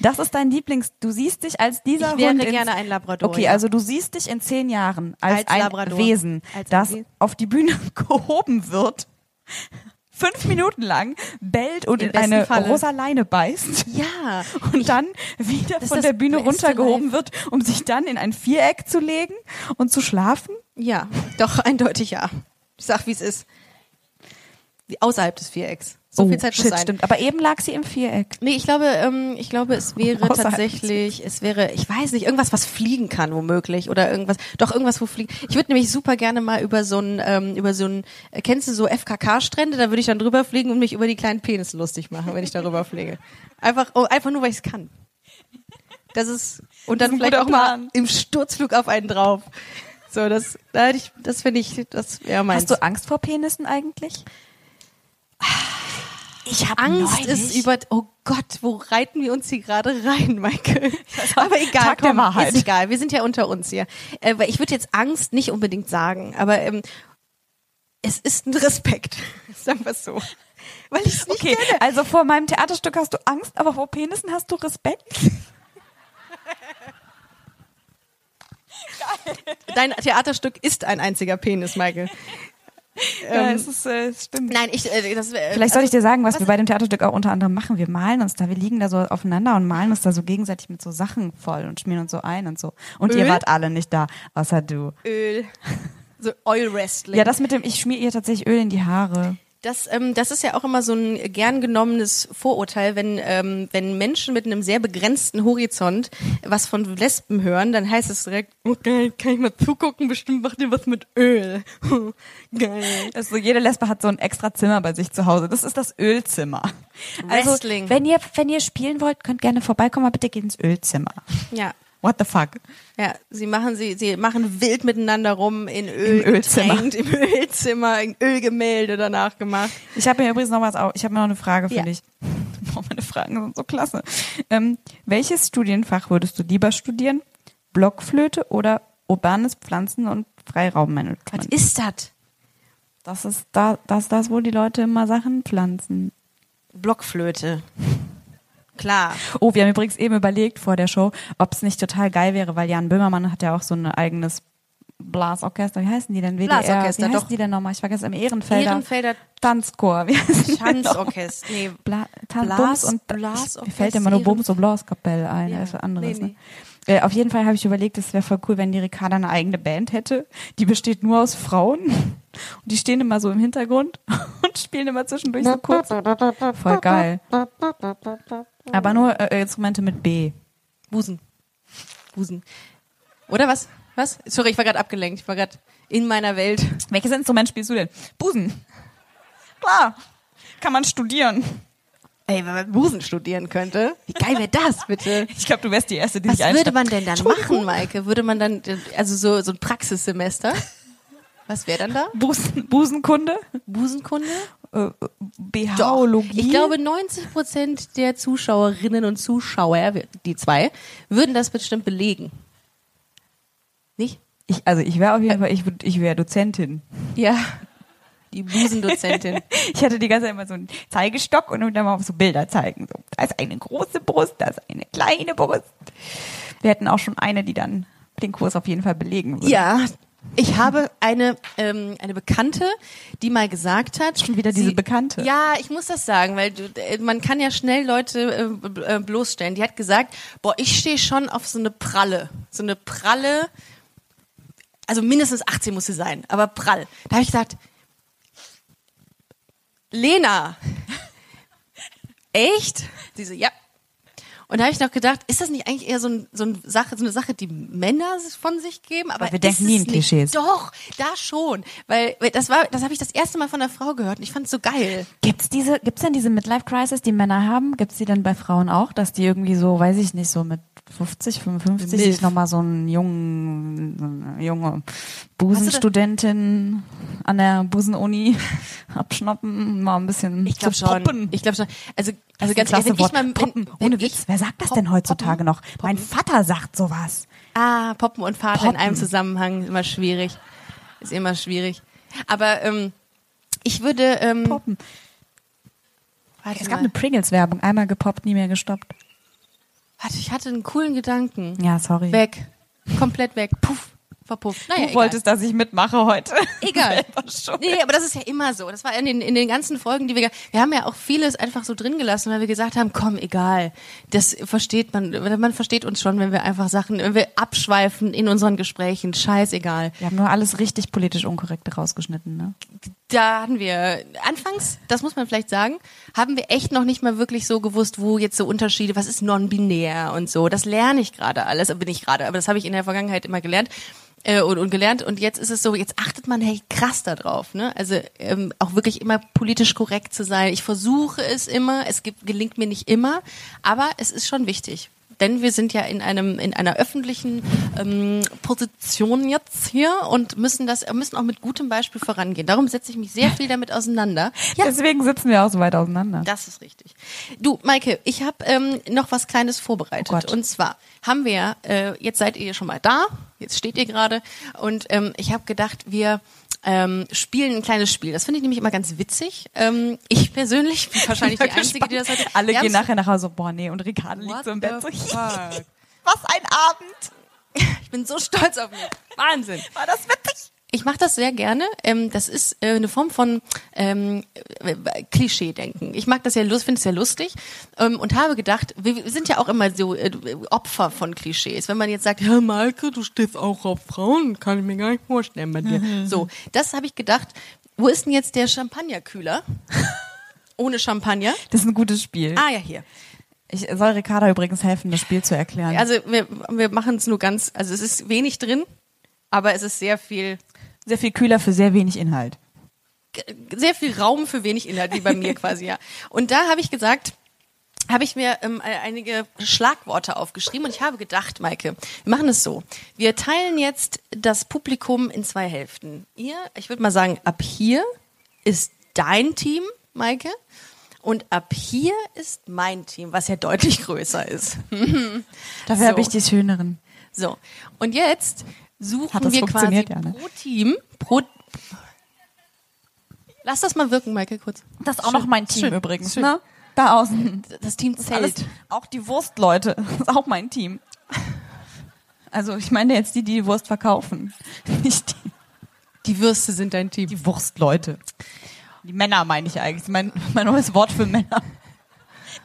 C: Das ist dein Lieblings. Du siehst dich als dieser
B: Ich wäre
C: Hund. ins-
B: gerne ein Labrador,
C: Okay,
B: ja.
C: also du siehst dich in zehn Jahren als,
B: Als
C: ein
B: Labrador.
C: Wesen,
B: Als ein
C: das
B: Wesen.
C: auf die Bühne (laughs) gehoben wird, fünf Minuten lang bellt und
B: Im
C: in eine
B: besten Falle.
C: rosa Leine
B: (laughs)
C: beißt.
B: Ja.
C: Und dann wieder
B: Das ist
C: von
B: das
C: der Bühne
B: beste
C: runtergehoben wird, um sich dann in ein Viereck zu legen und zu schlafen.
B: Ja, doch, eindeutig ja. Ich sag, wie es ist. Die- Außerhalb des Vierecks. So
C: oh,
B: viel Zeit
C: shit,
B: muss sein.
C: stimmt. Aber eben lag sie im Viereck.
B: Nee, ich glaube, ähm, ich glaube, es wäre
C: Außerhalb des
B: tatsächlich, es wäre, ich weiß nicht, irgendwas, was fliegen kann, womöglich. Oder irgendwas, doch irgendwas, wo fliegen. Ich würde nämlich super gerne mal über so ein, ähm, über so ein, äh, kennst du so FKK-Strände? Da würde ich dann drüber fliegen und mich über die kleinen Penis lustig machen, wenn ich darüber fliege. Einfach, oh, einfach nur, weil ich es kann. Das ist, und
C: Das
B: dann
C: ist ein
B: vielleicht
C: guter
B: auch mal
C: Plan.
B: im Sturzflug auf einen drauf. So, das, da hätte ich, das finde ich, das wäre meins.
C: Hast du Angst vor Penissen eigentlich? Ich habe
B: Angst ist über. Oh Gott, wo reiten wir uns hier gerade rein, Michael? Aber egal,
C: Tag der
B: komm,
C: Wahrheit.
B: ist egal. Wir sind ja unter uns hier. Äh, weil ich würde jetzt Angst nicht unbedingt sagen, aber ähm, es ist ein Respekt, (laughs) sagen wir es so. Weil ich es nicht
C: Okay,
B: kenne.
C: also vor meinem Theaterstück hast du Angst, aber vor Penissen hast du Respekt.
B: Ähm, Dein Theaterstück ist ein einziger Penis, Michael.
C: Ja, es ist, äh, es stimmt.
B: Nein, ich. Äh, das, äh,
C: Vielleicht soll ich dir sagen, Also, was, wir bei dem Theaterstück auch unter anderem machen. Wir malen uns da, wir liegen da so aufeinander und malen uns da so gegenseitig mit so Sachen voll und schmieren uns so ein und so. Und ihr
B: Öl?
C: wart alle nicht da, außer du.
B: Öl. So Oil Wrestling.
C: Ja, das mit dem, ich schmier ihr tatsächlich Öl in die Haare.
B: Das, ähm, das ist ja auch immer so ein gern genommenes Vorurteil, wenn, ähm, wenn Menschen mit einem sehr begrenzten Horizont was von Lesben hören, dann heißt es direkt, oh geil, kann ich mal zugucken, bestimmt macht ihr was mit Öl. (laughs) Oh, geil.
C: Also jede Lesbe hat so ein extra Zimmer bei sich zu Hause. Das ist das Ölzimmer. Also,
B: Wrestling.
C: wenn ihr, wenn ihr spielen wollt, könnt gerne vorbeikommen, aber bitte geht ins Ölzimmer.
B: Ja.
C: What the fuck?
B: Ja, sie machen sie, sie machen wild miteinander rum in Öl,
C: Im Ölzimmer.
B: getränkt, im (laughs) Ölzimmer, in Ölgemälde danach gemacht.
C: Ich habe mir übrigens noch was, au- ich habe mir noch eine Frage für
B: Ja.
C: dich. (laughs) Boah, meine Fragen sind so klasse. Ähm, welches Studienfach würdest du lieber studieren? Blockflöte oder urbanes Pflanzen- und
B: Was
C: Freiraummanagement?
B: ist das?
C: Das ist da, das, das, wo die Leute immer Sachen pflanzen.
B: Blockflöte. Klar.
C: Oh, wir haben übrigens eben überlegt vor der Show, ob es nicht total geil wäre, weil Jan Böhmermann hat ja auch so ein eigenes Blasorchester. Wie heißen die denn? WDR?
B: Blasorchester,
C: Wie heißen
B: doch.
C: die denn nochmal? Ich vergesse im Ehrenfelder.
B: Ehrenfelder
C: Tanzchor. Wie heißen die denn noch?
B: Tanzorchester. Nee,
C: Bla Tan
B: Blas-
C: Bums und
B: Blas-
C: Mir fällt immer nur Bums und Blaskapelle ein,
B: Ja,
C: das ist was anderes.
B: nee,
C: Ne? Äh, auf jeden Fall habe ich überlegt, es wäre voll cool, wenn die Ricarda eine eigene Band hätte. Die besteht nur aus Frauen und die stehen immer so im Hintergrund (laughs) und spielen immer zwischendurch so kurz. Voll geil. Aber nur äh, Instrumente mit B.
B: Busen. Busen. Oder was? Was? Sorry, ich war gerade abgelenkt. Ich war gerade in meiner Welt.
C: Welches Instrument spielst du denn? Busen. Klar. Kann man studieren.
B: Ey, wenn man Busen studieren könnte. Wie geil wäre das, (laughs) bitte?
C: Ich glaube, du wärst die Erste, die
B: Was
C: sich einschreibt.
B: würde man denn dann machen, Maike? Würde man dann, also so, so ein Praxissemester? Was wäre dann da?
C: Busen, Busenkunde?
B: Busenkunde?
C: Äh,
B: Doch.
C: BHologie?
B: Ich glaube, 90 Prozent der Zuschauerinnen und Zuschauer, die zwei, würden das bestimmt belegen. Nicht?
C: Ich, also ich wäre auf jeden Fall, ich, würd- ich wäre Dozentin.
B: Ja. Die (laughs) Busendozentin.
C: Ich hatte die ganze Zeit immer so einen Zeigestock und dann mal auf so Bilder zeigen. So, da ist eine große Brust, da ist eine kleine Brust. Wir hätten auch schon eine, die dann den Kurs auf jeden Fall belegen würde.
B: Ja, Ich habe eine, ähm, eine Bekannte, die mal gesagt hat.
C: Schon wieder diese Bekannte.
B: Ja, ich muss das sagen, weil du, äh, man kann ja schnell Leute äh, b- äh, bloßstellen. Die hat gesagt, boah, ich stehe schon auf so eine Pralle. So eine Pralle. Also mindestens 18 muss sie sein, aber prall. Da habe ich gesagt, Lena, echt? Sie so, ja. Und da habe ich noch gedacht, ist das nicht eigentlich eher so, ein, so, ein Sache, so eine Sache, die Männer von sich geben? Aber
C: Weil wir
B: ist
C: denken nie
B: es
C: in
B: nicht.
C: Klischees.
B: Doch, da schon. Weil weil das war, das habe ich das erste Mal von einer Frau gehört und ich fand es so geil.
C: Gibt's diese, gibt's denn diese Midlife-Crisis, die Männer haben? Gibt's die denn bei Frauen auch, dass die irgendwie so, weiß ich nicht, so mit 50, 55
B: Milf.
C: sich nochmal so einen jungen, so eine junge Busenstudentin an der Busenuni (laughs) abschnoppen, mal ein bisschen
B: Ich glaube
C: zu
B: schon.
C: poppen?
B: Ich glaube schon. Also,
C: Das ist
B: also
C: ein
B: ganz ehrlich, wenn
C: klasse
B: ich
C: Wort.
B: mal wenn-
C: poppen,
B: wenn
C: ohne
B: ich-
C: Witz, wer sagt das
B: Pop-
C: denn heutzutage
B: Poppen.
C: noch? Mein Vater sagt sowas.
B: Ah, Poppen und Vater in
C: Poppen.
B: einem Zusammenhang immer schwierig. Ist immer schwierig. Aber ähm, ich würde ähm,
C: Poppen.
B: Warte,
C: Es
B: mal.
C: gab eine Pringles-Werbung, einmal gepoppt, nie mehr gestoppt.
B: warte, ich hatte einen coolen Gedanken.
C: Ja, sorry.
B: Weg. Komplett weg. Puff. Verpufft. Naja,
C: du
B: egal.
C: wolltest, dass ich mitmache heute. (laughs)
B: Egal.
C: Selber schuld.
B: Nee, aber das ist ja immer so. Das war in den, in den ganzen Folgen, die wir, ge- wir haben ja auch vieles einfach so drin gelassen, weil wir gesagt haben, komm, egal. Das versteht man, man versteht uns schon, wenn wir einfach Sachen, wenn wir abschweifen in unseren Gesprächen, scheißegal.
C: Wir haben nur alles richtig politisch unkorrekt rausgeschnitten, ne?
B: Da hatten wir, anfangs, das muss man vielleicht sagen, haben wir echt noch nicht mal wirklich so gewusst, wo jetzt so Unterschiede, was ist non-binär und so. Das lerne ich gerade alles, bin ich gerade, aber das habe ich in der Vergangenheit immer gelernt. Äh, und, und gelernt und jetzt ist es so, jetzt achtet man hey krass darauf, ne? Also ähm, auch wirklich immer politisch korrekt zu sein. Ich versuche es immer, es gibt, gelingt mir nicht immer, aber es ist schon wichtig. Denn wir sind ja in einem in einer öffentlichen ähm, Position jetzt hier und müssen das müssen auch mit gutem Beispiel vorangehen. Darum setze ich mich sehr viel damit auseinander. Ja,
C: Deswegen sitzen wir auch so weit auseinander.
B: das ist richtig. Du, Maike, ich habe ähm, noch was Kleines vorbereitet.
C: Oh Gott.
B: und zwar haben wir, äh, jetzt seid ihr schon mal da, jetzt steht ihr gerade. Und ähm, ich habe gedacht, wir ähm, spielen ein kleines Spiel. Das finde ich nämlich immer ganz witzig. Ähm, ich persönlich bin wahrscheinlich die Einzige, die das heute...
C: Alle
B: Wir
C: gehen
B: haben's-
C: nachher nach Hause, boah, nee, und Ricardo liegt
B: What
C: so im
B: the
C: Bett so, (laughs)
B: fuck?
C: was ein Abend,
B: Ich bin so stolz auf mich. Wahnsinn.
C: war Oh, das witzig.
B: Ich mache das sehr gerne. Ähm, das ist äh, eine Form von ähm, äh, Klischee-Denken. Ich mag das ja lust, finde es sehr lustig ähm, und habe gedacht, wir, wir sind ja auch immer so äh, Opfer von Klischees. Wenn man jetzt sagt, Herr Malke, du stehst auch auf Frauen, kann ich mir gar nicht vorstellen bei dir.
C: Mhm.
B: so, das habe ich gedacht. Wo ist denn jetzt der Champagnerkühler? (laughs) Ohne Champagner.
C: Das ist ein gutes Spiel.
B: Ah ja, hier.
C: Ich soll Ricardo übrigens helfen, das Spiel zu erklären.
B: Also wir, wir machen es nur ganz, also es ist wenig drin, aber es ist sehr viel
C: sehr viel kühler für sehr wenig Inhalt.
B: sehr viel Raum für wenig Inhalt, wie
C: (laughs)
B: bei mir quasi, ja. Und da habe ich gesagt, habe ich mir ähm, äh, einige Schlagworte aufgeschrieben und ich habe gedacht, Maike, wir machen es so. Wir teilen jetzt das Publikum in zwei Hälften. Ihr, ich würde mal sagen, ab hier ist dein Team, Maike, und ab hier ist mein Team, was ja deutlich größer ist.
C: Dafür
B: So.
C: habe ich die schöneren.
B: So, und jetzt suchen
C: Hat das
B: wir quasi
C: funktioniert, ja, ne?
B: pro Team, pro... Lass das mal wirken, Maike, kurz.
C: Das ist auch
B: Schön.
C: noch mein Team
B: Schön.
C: übrigens,
B: Schön.
C: ne? Da außen.
B: Das Team
C: Alles,
B: zählt.
C: auch die Wurstleute, (laughs) das ist auch mein Team. Also ich meine jetzt die, die die Wurst verkaufen. (laughs) Nicht die,
B: Die Würste sind dein Team.
C: die Wurstleute. Die Männer meine ich eigentlich. Mein, mein neues Wort für Männer.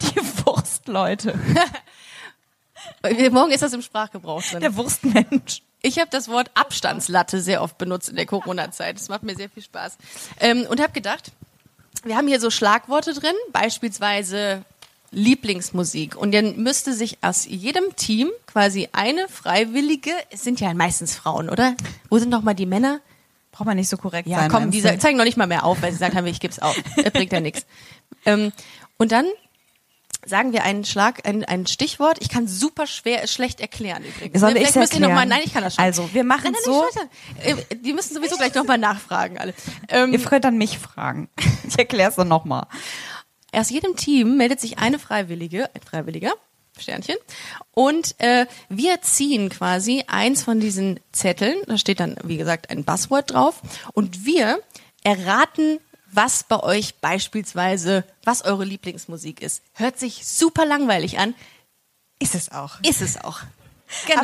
C: Die Wurstleute.
B: Wir- Morgen ist das im Sprachgebrauch drin.
C: Der Wurstmensch.
B: Ich habe das Wort Abstandslatte sehr oft benutzt in der Corona-Zeit. Das macht mir sehr viel Spaß. Ähm, und habe gedacht, wir haben hier so Schlagworte drin, beispielsweise Lieblingsmusik. Und dann müsste sich aus jedem Team quasi eine Freiwillige, es sind ja meistens Frauen, oder? Wo sind noch mal die Männer?
C: Braucht man nicht so korrekt
B: Ja,
C: sein. ne?
B: komm,
C: meinst
B: die
C: du?
B: sa- zeigen noch nicht mal mehr auf, weil sie sagen haben, ich gib's auf. Das bringt ja nichts. Ähm, und dann sagen wir einen Schlag, ein, ein Stichwort. Ich kann super schwer, äh, schlecht erklären übrigens.
C: Soll
B: Ne,
C: ich's
B: Vielleicht müsst ihr noch mal,
C: erklären?
B: nein, ich kann das schon.
C: Also, wir machen's
B: nein, nein, nein, ich weiß ja. Äh, Die müssen sowieso gleich noch mal nachfragen alle.
C: Ihr
B: Ähm,
C: könnt dann mich fragen. Ich erkläre es dann nochmal.
B: aus jedem Team meldet sich eine Freiwillige, ein Freiwilliger, Sternchen. Und äh, wir ziehen quasi eins von diesen Zetteln, da steht dann, wie gesagt, ein Buzzword drauf. Und wir erraten, was bei euch beispielsweise, was eure Lieblingsmusik ist. Hört sich super langweilig an,
C: Ist es auch.
B: ist es auch. Genau.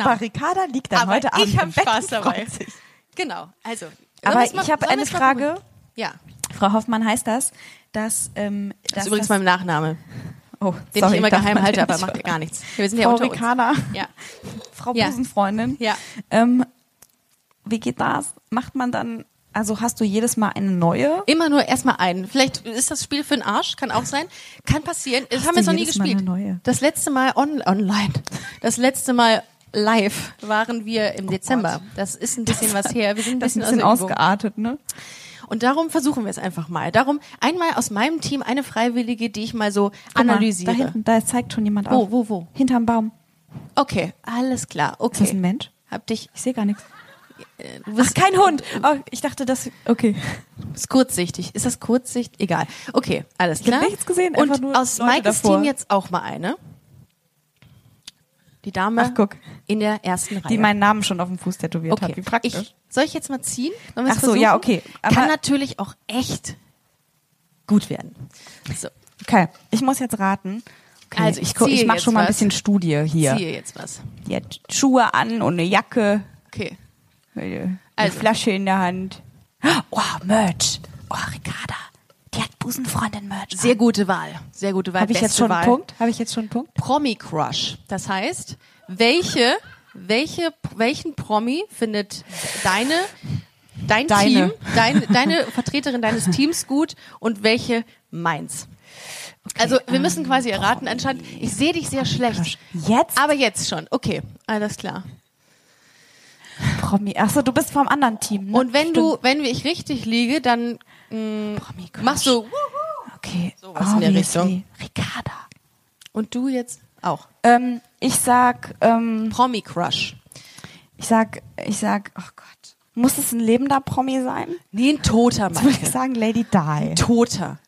C: (laughs) Aber Ricarda liegt dann
B: Aber
C: heute Abend
B: ich hab
C: im Bett
B: Spaß
C: und
B: dabei.
C: freut sich.
B: Genau. Also. sollen
C: Aber
B: wir's mal-
C: ich habe
B: sollen
C: eine
B: wir's mal
C: Frage.
B: probieren? Ja.
C: Frau Hoffmann heißt das, dass, ähm,
B: Das
C: dass
B: ist übrigens
C: das,
B: mein Nachname,
C: oh,
B: den
C: sorry,
B: ich immer
C: darf
B: geheim
C: man
B: halte,
C: den
B: aber
C: nicht
B: macht
C: verraten.
B: gar nichts. Wir sind ja
C: Frau
B: unter uns.
C: Ricarda, (laughs)
B: Ja.
C: Frau
B: Ja.
C: Busenfreundin.
B: Ja.
C: Ähm, wie geht das? Macht man dann, also hast du jedes Mal eine neue?
B: Immer nur erstmal einen. Vielleicht ist das Spiel für den Arsch, kann auch sein. Kann passieren. Das haben wir
C: du
B: noch nie
C: jedes Mal
B: gespielt.
C: eine neue?
B: Das letzte Mal on online. Das letzte Mal live waren wir im Dezember. Das ist ein bisschen was her. Wir sind ein
C: Oh Das ist
B: bisschen,
C: ein bisschen
B: aus der Übung.
C: ausgeartet, ne?
B: Und darum versuchen wir es einfach mal. Darum einmal aus meinem Team eine Freiwillige, die ich mal so
C: Guck mal,
B: analysiere.
C: Da hinten, da zeigt schon jemand
B: Wo,
C: auf.
B: wo, wo?
C: Hinterm Baum.
B: Okay, alles klar. Okay.
C: Ist das ein Mensch?
B: Hab dich.
C: Ich sehe gar nichts.
B: Du bist
C: Kein Hund! Oh, ich dachte, das. Okay.
B: Ist kurzsichtig. Ist das kurzsicht? Egal. Okay, alles
C: hab
B: klar.
C: nichts gesehen,
B: Und
C: einfach nur
B: aus
C: Leute
B: Maikes
C: davor.
B: Team jetzt auch mal eine. Die Dame
C: Ach, guck.
B: in der ersten Reihe.
C: Die meinen Namen schon auf dem Fuß tätowiert
B: okay.
C: hat. Wie praktisch.
B: Ich, soll ich jetzt mal ziehen? Sollen
C: Ach so, ja, okay. Aber-
B: Aber Kann natürlich auch echt gut werden. So,
C: okay. Ich muss jetzt raten. Okay.
B: Also, ich
C: ich, gu- ich
B: ziehe
C: mache
B: jetzt
C: schon mal ein
B: was.
C: bisschen Studie hier.
B: ziehe jetzt was.
C: Die hat Schuhe an und eine Jacke,
B: Okay.
C: eine
B: Also.
C: Flasche in der Hand. Oh, Merch. Oh, Ricarda. Die hat Busenfreundin-Merch.
B: Sehr gute Wahl. Sehr gute Wahl.
C: Habe ich
B: Beste
C: jetzt schon
B: Wahl.
C: einen Punkt? Habe ich jetzt schon einen Punkt?
B: Promi-Crush. Das heißt, welche, welche, welchen Promi findet deine, dein
C: Deine.
B: Team, dein, deine Vertreterin deines Teams gut und welche meins? also wir müssen quasi erraten, anscheinend, ich sehe dich sehr schlecht.
C: Jetzt?
B: Aber jetzt schon, okay, alles klar.
C: Promi. Achso, du bist vom anderen Team. Ne?
B: Und wenn du, wenn ich richtig liege, dann mh,
C: Promi-Crush.
B: machst du
C: Okay.
B: Sowas in der
C: Obviously.
B: Richtung.
C: Ricarda.
B: und du jetzt auch.
C: Ähm, ich sag, ähm,
B: Promi-Crush.
C: ich sag, ich sag, oh Gott.
D: Muss es ein lebender Promi sein?
B: Nee, ein (laughs) toter Mann.
C: Würde ich sagen, Lady Di.
B: Toter.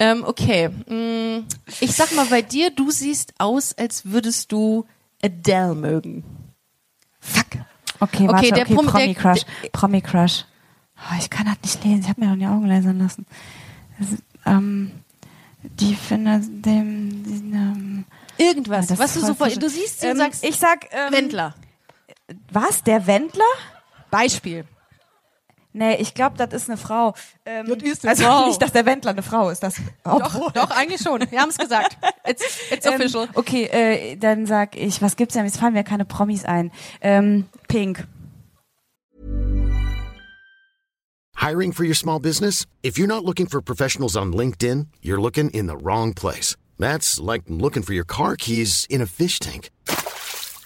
B: Ähm, okay. Mm, Ich sag mal bei dir, du siehst aus, als würdest du Adele mögen. Fuck.
C: Okay,
B: Okay,
C: warte,
B: der
C: okay,
B: Prom-
C: Promi
B: der-
C: Crush. Promi Crush. Oh, ich kann das nicht lesen. Ich habe mir doch die Augen lesen lassen. Das, ist, ähm, die findet dem. den, ähm,
B: Irgendwas,
C: Ja, das
B: was
C: ist voll
B: du so vor,
C: frisch.
B: du siehst sie
C: ähm,
B: und sagst,
C: ich sag. Ähm,
B: Wendler.
C: Was? Der Wendler?
B: Beispiel.
C: Nee, ich glaube, das ist eine Frau. Ähm,
B: Das ist eine
C: also (laughs)
B: Frau.
C: nicht, dass der Wendler eine Frau ist. Das, obwohl.
B: Doch, doch, eigentlich schon. Wir haben es (laughs) gesagt. It's, it's
C: Ähm,
B: official.
C: okay, äh, dann sag ich, was gibt's denn? Jetzt fallen mir keine Promis ein. Ähm, Pink.
E: Hiring for your small business? If you're not looking for professionals on LinkedIn, you're looking in the wrong place. That's like looking for your car keys in a fish tank.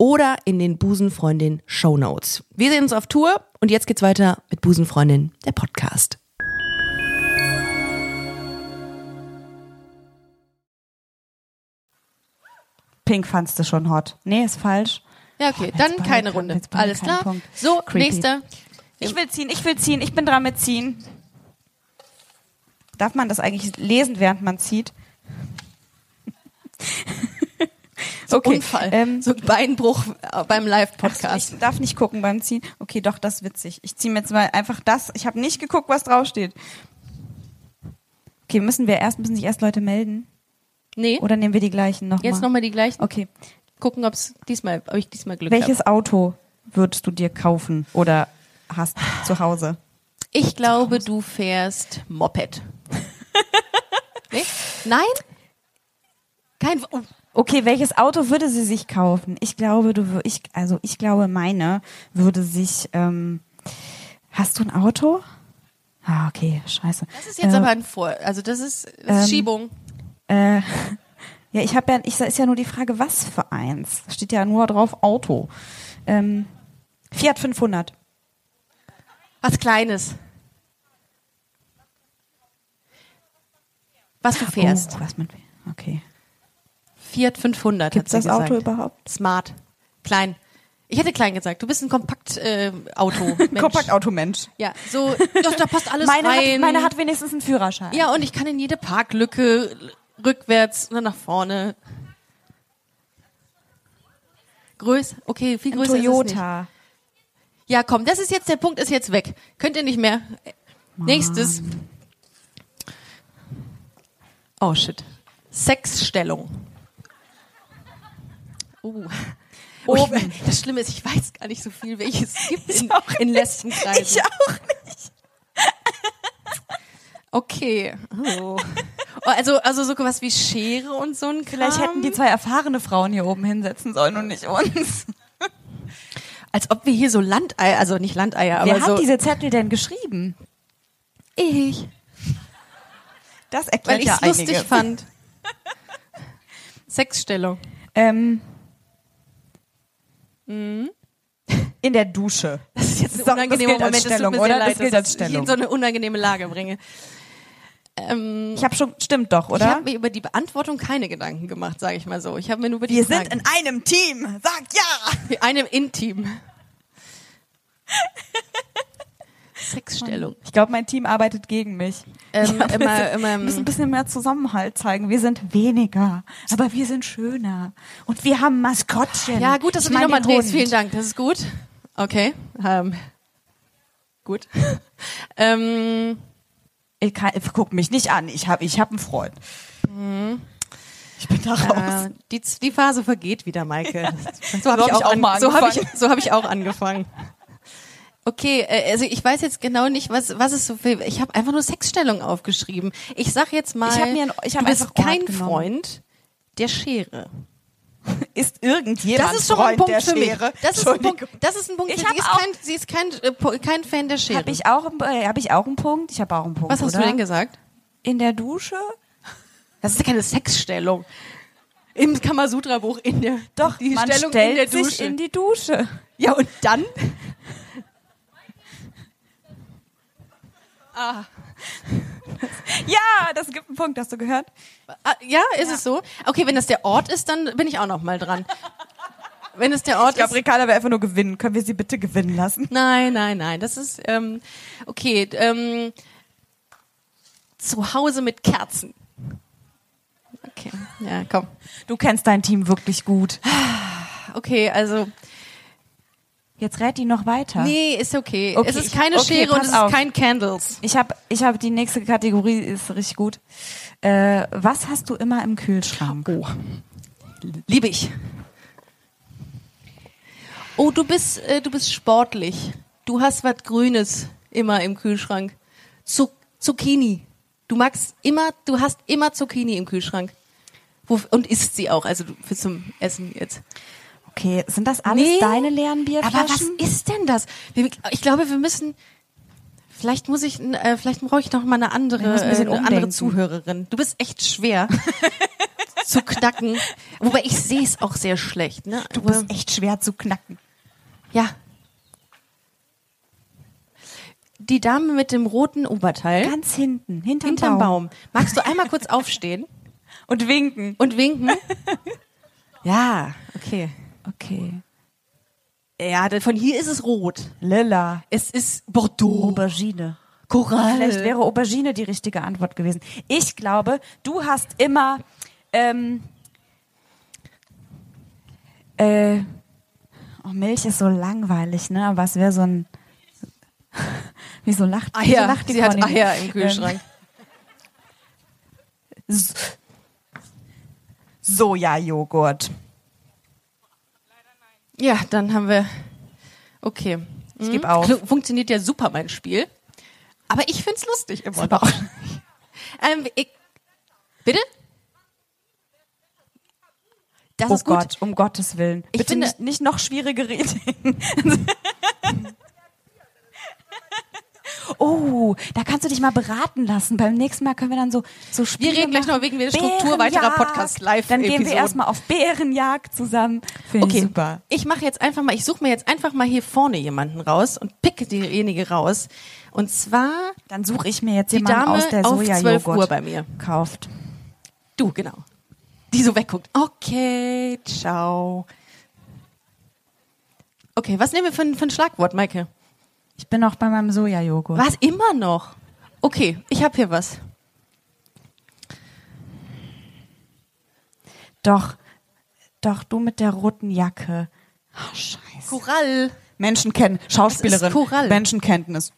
F: oder in den Busenfreundin Shownotes. Wir sehen uns auf Tour und jetzt geht's weiter mit Busenfreundin, der Podcast.
C: Pink fandst du schon hot. Nee, ist falsch.
B: Ja, okay,
C: Jetzt
B: dann
C: bei mir
B: keine
C: kam-
B: Runde.
C: jetzt bei mir
B: Alles
C: kein
B: klar.
C: Punkt.
B: So,
C: Creepy.
B: nächster.
C: Ich will ziehen, ich will ziehen, ich bin dran mit ziehen. Darf man das eigentlich lesen, während man zieht? okay.
B: Unfall.
C: Ähm,
B: so ein Beinbruch äh, beim
C: ach
B: Live-Podcast.
C: so, ich darf nicht gucken beim Ziehen. Okay, doch, das ist witzig. Ich ziehe mir jetzt mal einfach das. Ich habe nicht geguckt, was draufsteht. Okay, müssen wir erst, müssen sich erst Leute melden?
B: Nee,
C: Oder nehmen wir die gleichen nochmal?
B: jetzt nochmal die gleichen.
C: Okay.
B: Gucken, ob's diesmal, ob ich diesmal Glück habe.
C: Welches Auto würdest du dir kaufen oder hast zu Hause?
B: Ich glaube, du fährst (laughs) Moped. nee? Nein? Kein. Oh,
C: Okay, welches Auto würde sie sich kaufen? Ich glaube, du wür- ich also ich glaube, meine würde sich ähm, Hast du ein Auto? Ah, okay, scheiße.
F: Das ist jetzt
C: Äh,
F: aber ein Vor. Also das ist, das ist
C: ähm,
F: Schiebung.
C: Äh, ja, ich habe ja, ich ist ja nur die Frage, was für eins. Steht ja nur drauf Auto. Ähm, Fiat 500.
F: Was Kleines. Was du fährst.
C: Oh, was man will. Okay.
F: Oh. Fiat 500
G: Gibt's
F: hat
G: das
F: sie
G: Auto
F: gesagt.
G: überhaupt?
F: Smart. Klein. Ich hätte klein gesagt. Du bist ein Kompakt-Auto. Äh,
C: (laughs)
F: Auto. Mensch.
C: Kompaktautomensch.
F: Ja, so, ja, da passt alles
C: Meine
F: rein.
C: hat, meine hat wenigstens einen Führerschein.
F: ja, und ich kann in jede Parklücke rückwärts und dann nach vorne. Größ, okay, viel
C: Ein
F: größer ist es nicht.
C: Toyota.
F: Ja, komm, das ist jetzt, der Punkt ist jetzt weg. Könnt ihr nicht mehr. Nächstes. Oh, shit. Sexstellung. Uh. Oh, ich- das Schlimme ist, ich weiß gar nicht so viel, (laughs) welches es gibt in, in Lesbenkreisen. Ich auch nicht. Okay. (laughs) Oh. Oh, Also, also so was wie Schere und so ein Kram.
C: Vielleicht hätten die zwei erfahrene Frauen hier oben hinsetzen sollen und nicht uns.
F: Als ob wir hier so Landeier, also nicht Landeier, aber
C: Wer
F: so...
C: hat diese Zettel denn geschrieben?
F: ich,
C: Das
F: weil
C: erklärt
F: ich
C: ja
F: es
C: einiges.
F: lustig (laughs) fand. Sexstellung.
C: Ähm,
F: Mhm.
C: In der Dusche.
F: Das ist jetzt ein
C: So, das
F: unangenehmer
C: gilt als
F: Moment, es tut
C: Stellung,
F: mir
C: oder?
F: sehr
C: Das
F: leid,
C: gilt
F: dass
C: als
F: ich dich in
C: Stellung.
F: so eine unangenehme Lage bringe. Ähm,
C: Ich habe schon, stimmt doch,
F: ich habe
C: oder?
F: mir über die Beantwortung keine Gedanken gemacht, sage ich mal so. Ich habe mir nur über die
C: Wir
F: Fragen-
C: sind in einem Team. Sag ja.
F: Wie einem
C: (laughs)
F: Intim. Sexstellung.
C: Ich glaube, mein Team arbeitet gegen mich.
F: Ähm,
C: Ja, wir
F: immer-
C: sind-
F: immer-
C: müssen ein bisschen mehr Zusammenhalt zeigen. Wir sind weniger, aber wir sind schöner. Und wir haben Maskottchen.
F: Ja, gut, dass
C: Ich
F: du dich
C: meine
F: nochmal
C: den
F: drehst.
C: Hund.
F: Vielen Dank, das ist gut. Okay. Ähm, gut. (laughs) ähm,
C: Ich kann, guck mich nicht an. Ich habe ich hab einen Freund.
F: Mhm.
C: Ich bin da raus.
F: äh, die, die Phase vergeht wieder, Maike. So habe
C: So hab
F: ich,
C: ich auch
F: an-
C: mal
F: so hab ich,
C: angefangen.
F: (laughs) so hab ich auch angefangen. Okay, äh, also ich weiß jetzt genau nicht, was was ist so viel. Ich habe einfach nur Sexstellung aufgeschrieben. Ich sag jetzt mal,
C: Ich hab mir ein- ich hab
F: du bist
C: einfach Ort
F: kein
C: genommen.
F: Freund der Schere.
C: Ist irgendjemand
F: Äh. das ist schon
C: Freund
F: ein Punkt
C: der
F: für mich.
C: Schere?
F: Das ist ein Punkt. Das ist ein Punkt.
C: Ich
F: für
C: hab
F: sie ist
C: auch-
F: kein, sie ist kein, äh, po- kein Fan der Schere.
C: Habe ich, auch einen- äh, hab ich auch einen Punkt? Ich habe auch einen Punkt.
F: was hast
C: oder?
F: du denn gesagt?
C: In der Dusche?
F: Das ist ja keine Sexstellung. Im Kamasutra-Buch in der
C: Doch,
F: die
C: man
F: Stellung
C: stellt
F: in der Dusche.
C: sich in die Dusche. (laughs)
F: ja und dann
C: Ja, das gibt einen Punkt, hast du gehört?
F: Ah, ja, ist es so? Okay, wenn das der Ort ist, dann bin ich auch noch
C: (laughs)
F: mal dran. wenn es der Ort
C: Ich glaube,
F: ist.
C: Ricarda will einfach nur gewinnen. Können wir sie bitte gewinnen lassen?
F: Nein, nein, nein. Das ist ähm, okay. Ähm, zu Hause mit Kerzen. Okay, ja, komm.
C: Du kennst dein Team wirklich gut.
F: Okay, also
C: Jetzt rät die noch weiter.
F: nee, ist okay.
C: Okay,
F: es ist
C: ich-
F: keine
C: okay,
F: Schere und
C: pass
F: es
C: auf.
F: ist kein Candles.
C: Ich habe ich hab die nächste Kategorie, ist richtig gut. Äh, was hast du immer im Kühlschrank?
F: Oh, liebe ich. Oh, du bist äh, du bist sportlich. Du hast was Grünes immer im Kühlschrank. Zu Zucchini. Du magst immer, du hast immer Zucchini im Kühlschrank. Wo, und isst sie auch, also du- für zum Essen jetzt.
C: Okay, sind das alles
F: Nee.
C: deine leeren Bierflaschen?
F: Aber was ist denn das? Wir- Ich glaube, wir müssen. Vielleicht muss ich, äh, vielleicht brauche ich noch mal eine andere,
C: Wir müssen ein
F: äh,
C: bisschen
F: eine andere
C: umdenken.
F: Zuhörerin. Du bist echt (laughs) schwer zu knacken. Wobei ich sehe es auch sehr schlecht. Ne?
C: Du bist echt schwer zu knacken.
F: ja. Die Dame mit dem roten Oberteil
C: Ganz hinten, hinterm,
F: hinterm
C: Baum.
F: Baum. Magst du einmal kurz aufstehen
C: Und winken.
F: und (laughs) winken? ja, okay.
C: Okay.
F: Ja, denn von hier ist es rot.
C: Lilla.
F: Es ist Bordeaux.
C: Aubergine.
F: Korall.
C: Vielleicht wäre Aubergine die richtige Antwort gewesen. Ich glaube, du hast immer ähm, äh, oh, Milch ist so langweilig, ne? Aber es wäre so ein (laughs) wieso lacht, wieso
F: Eier.
C: lacht die
F: Ah Sie hat
C: Conny?
F: Eier im Kühlschrank.
C: Ähm, S- Sojajoghurt.
F: Ja, dann haben wir. Okay.
C: Ich gebe auf.
F: Klu- Mhm. Funktioniert ja super mein Spiel. Aber ich find's lustig immer noch. (laughs) ähm, ich, bitte? Das
C: oh
F: ist gut.
C: Gott, um Gottes Willen.
F: Ich
C: Bitte
F: finde-
C: nicht, nicht noch schwierige (laughs) Reden. oh, da kannst du dich mal beraten lassen. Beim nächsten Mal können wir dann so, so Spiele
F: reden gleich
C: machen.
F: noch wegen der Struktur weiterer
C: Bärenjagd.
F: Podcast-Live-Episoden.
C: Dann gehen wir erstmal auf Bärenjagd zusammen. Finde
F: Okay,
C: ich super.
F: ich mache jetzt einfach mal, ich suche mir jetzt einfach mal hier vorne jemanden raus und picke diejenige raus. Und zwar
C: Dann suche ich mir jetzt
F: die
C: jemanden
F: Dame
C: aus, der
F: auf 12 Uhr
C: Sojajoghurt
F: bei mir.
C: kauft.
F: Du, genau. Die so wegguckt. Okay, ciao. Okay, was nehmen wir für, ein- für ein Schlagwort, Maike?
C: Ich bin noch bei meinem Sojajoghurt.
F: Was? Immer noch? Okay, ich habe hier was.
C: Doch, doch, du mit der roten Jacke. Oh, scheiße.
F: Korall.
C: Menschenkenntnis, Schauspielerin,
F: Korall.
C: Menschenkenntnis.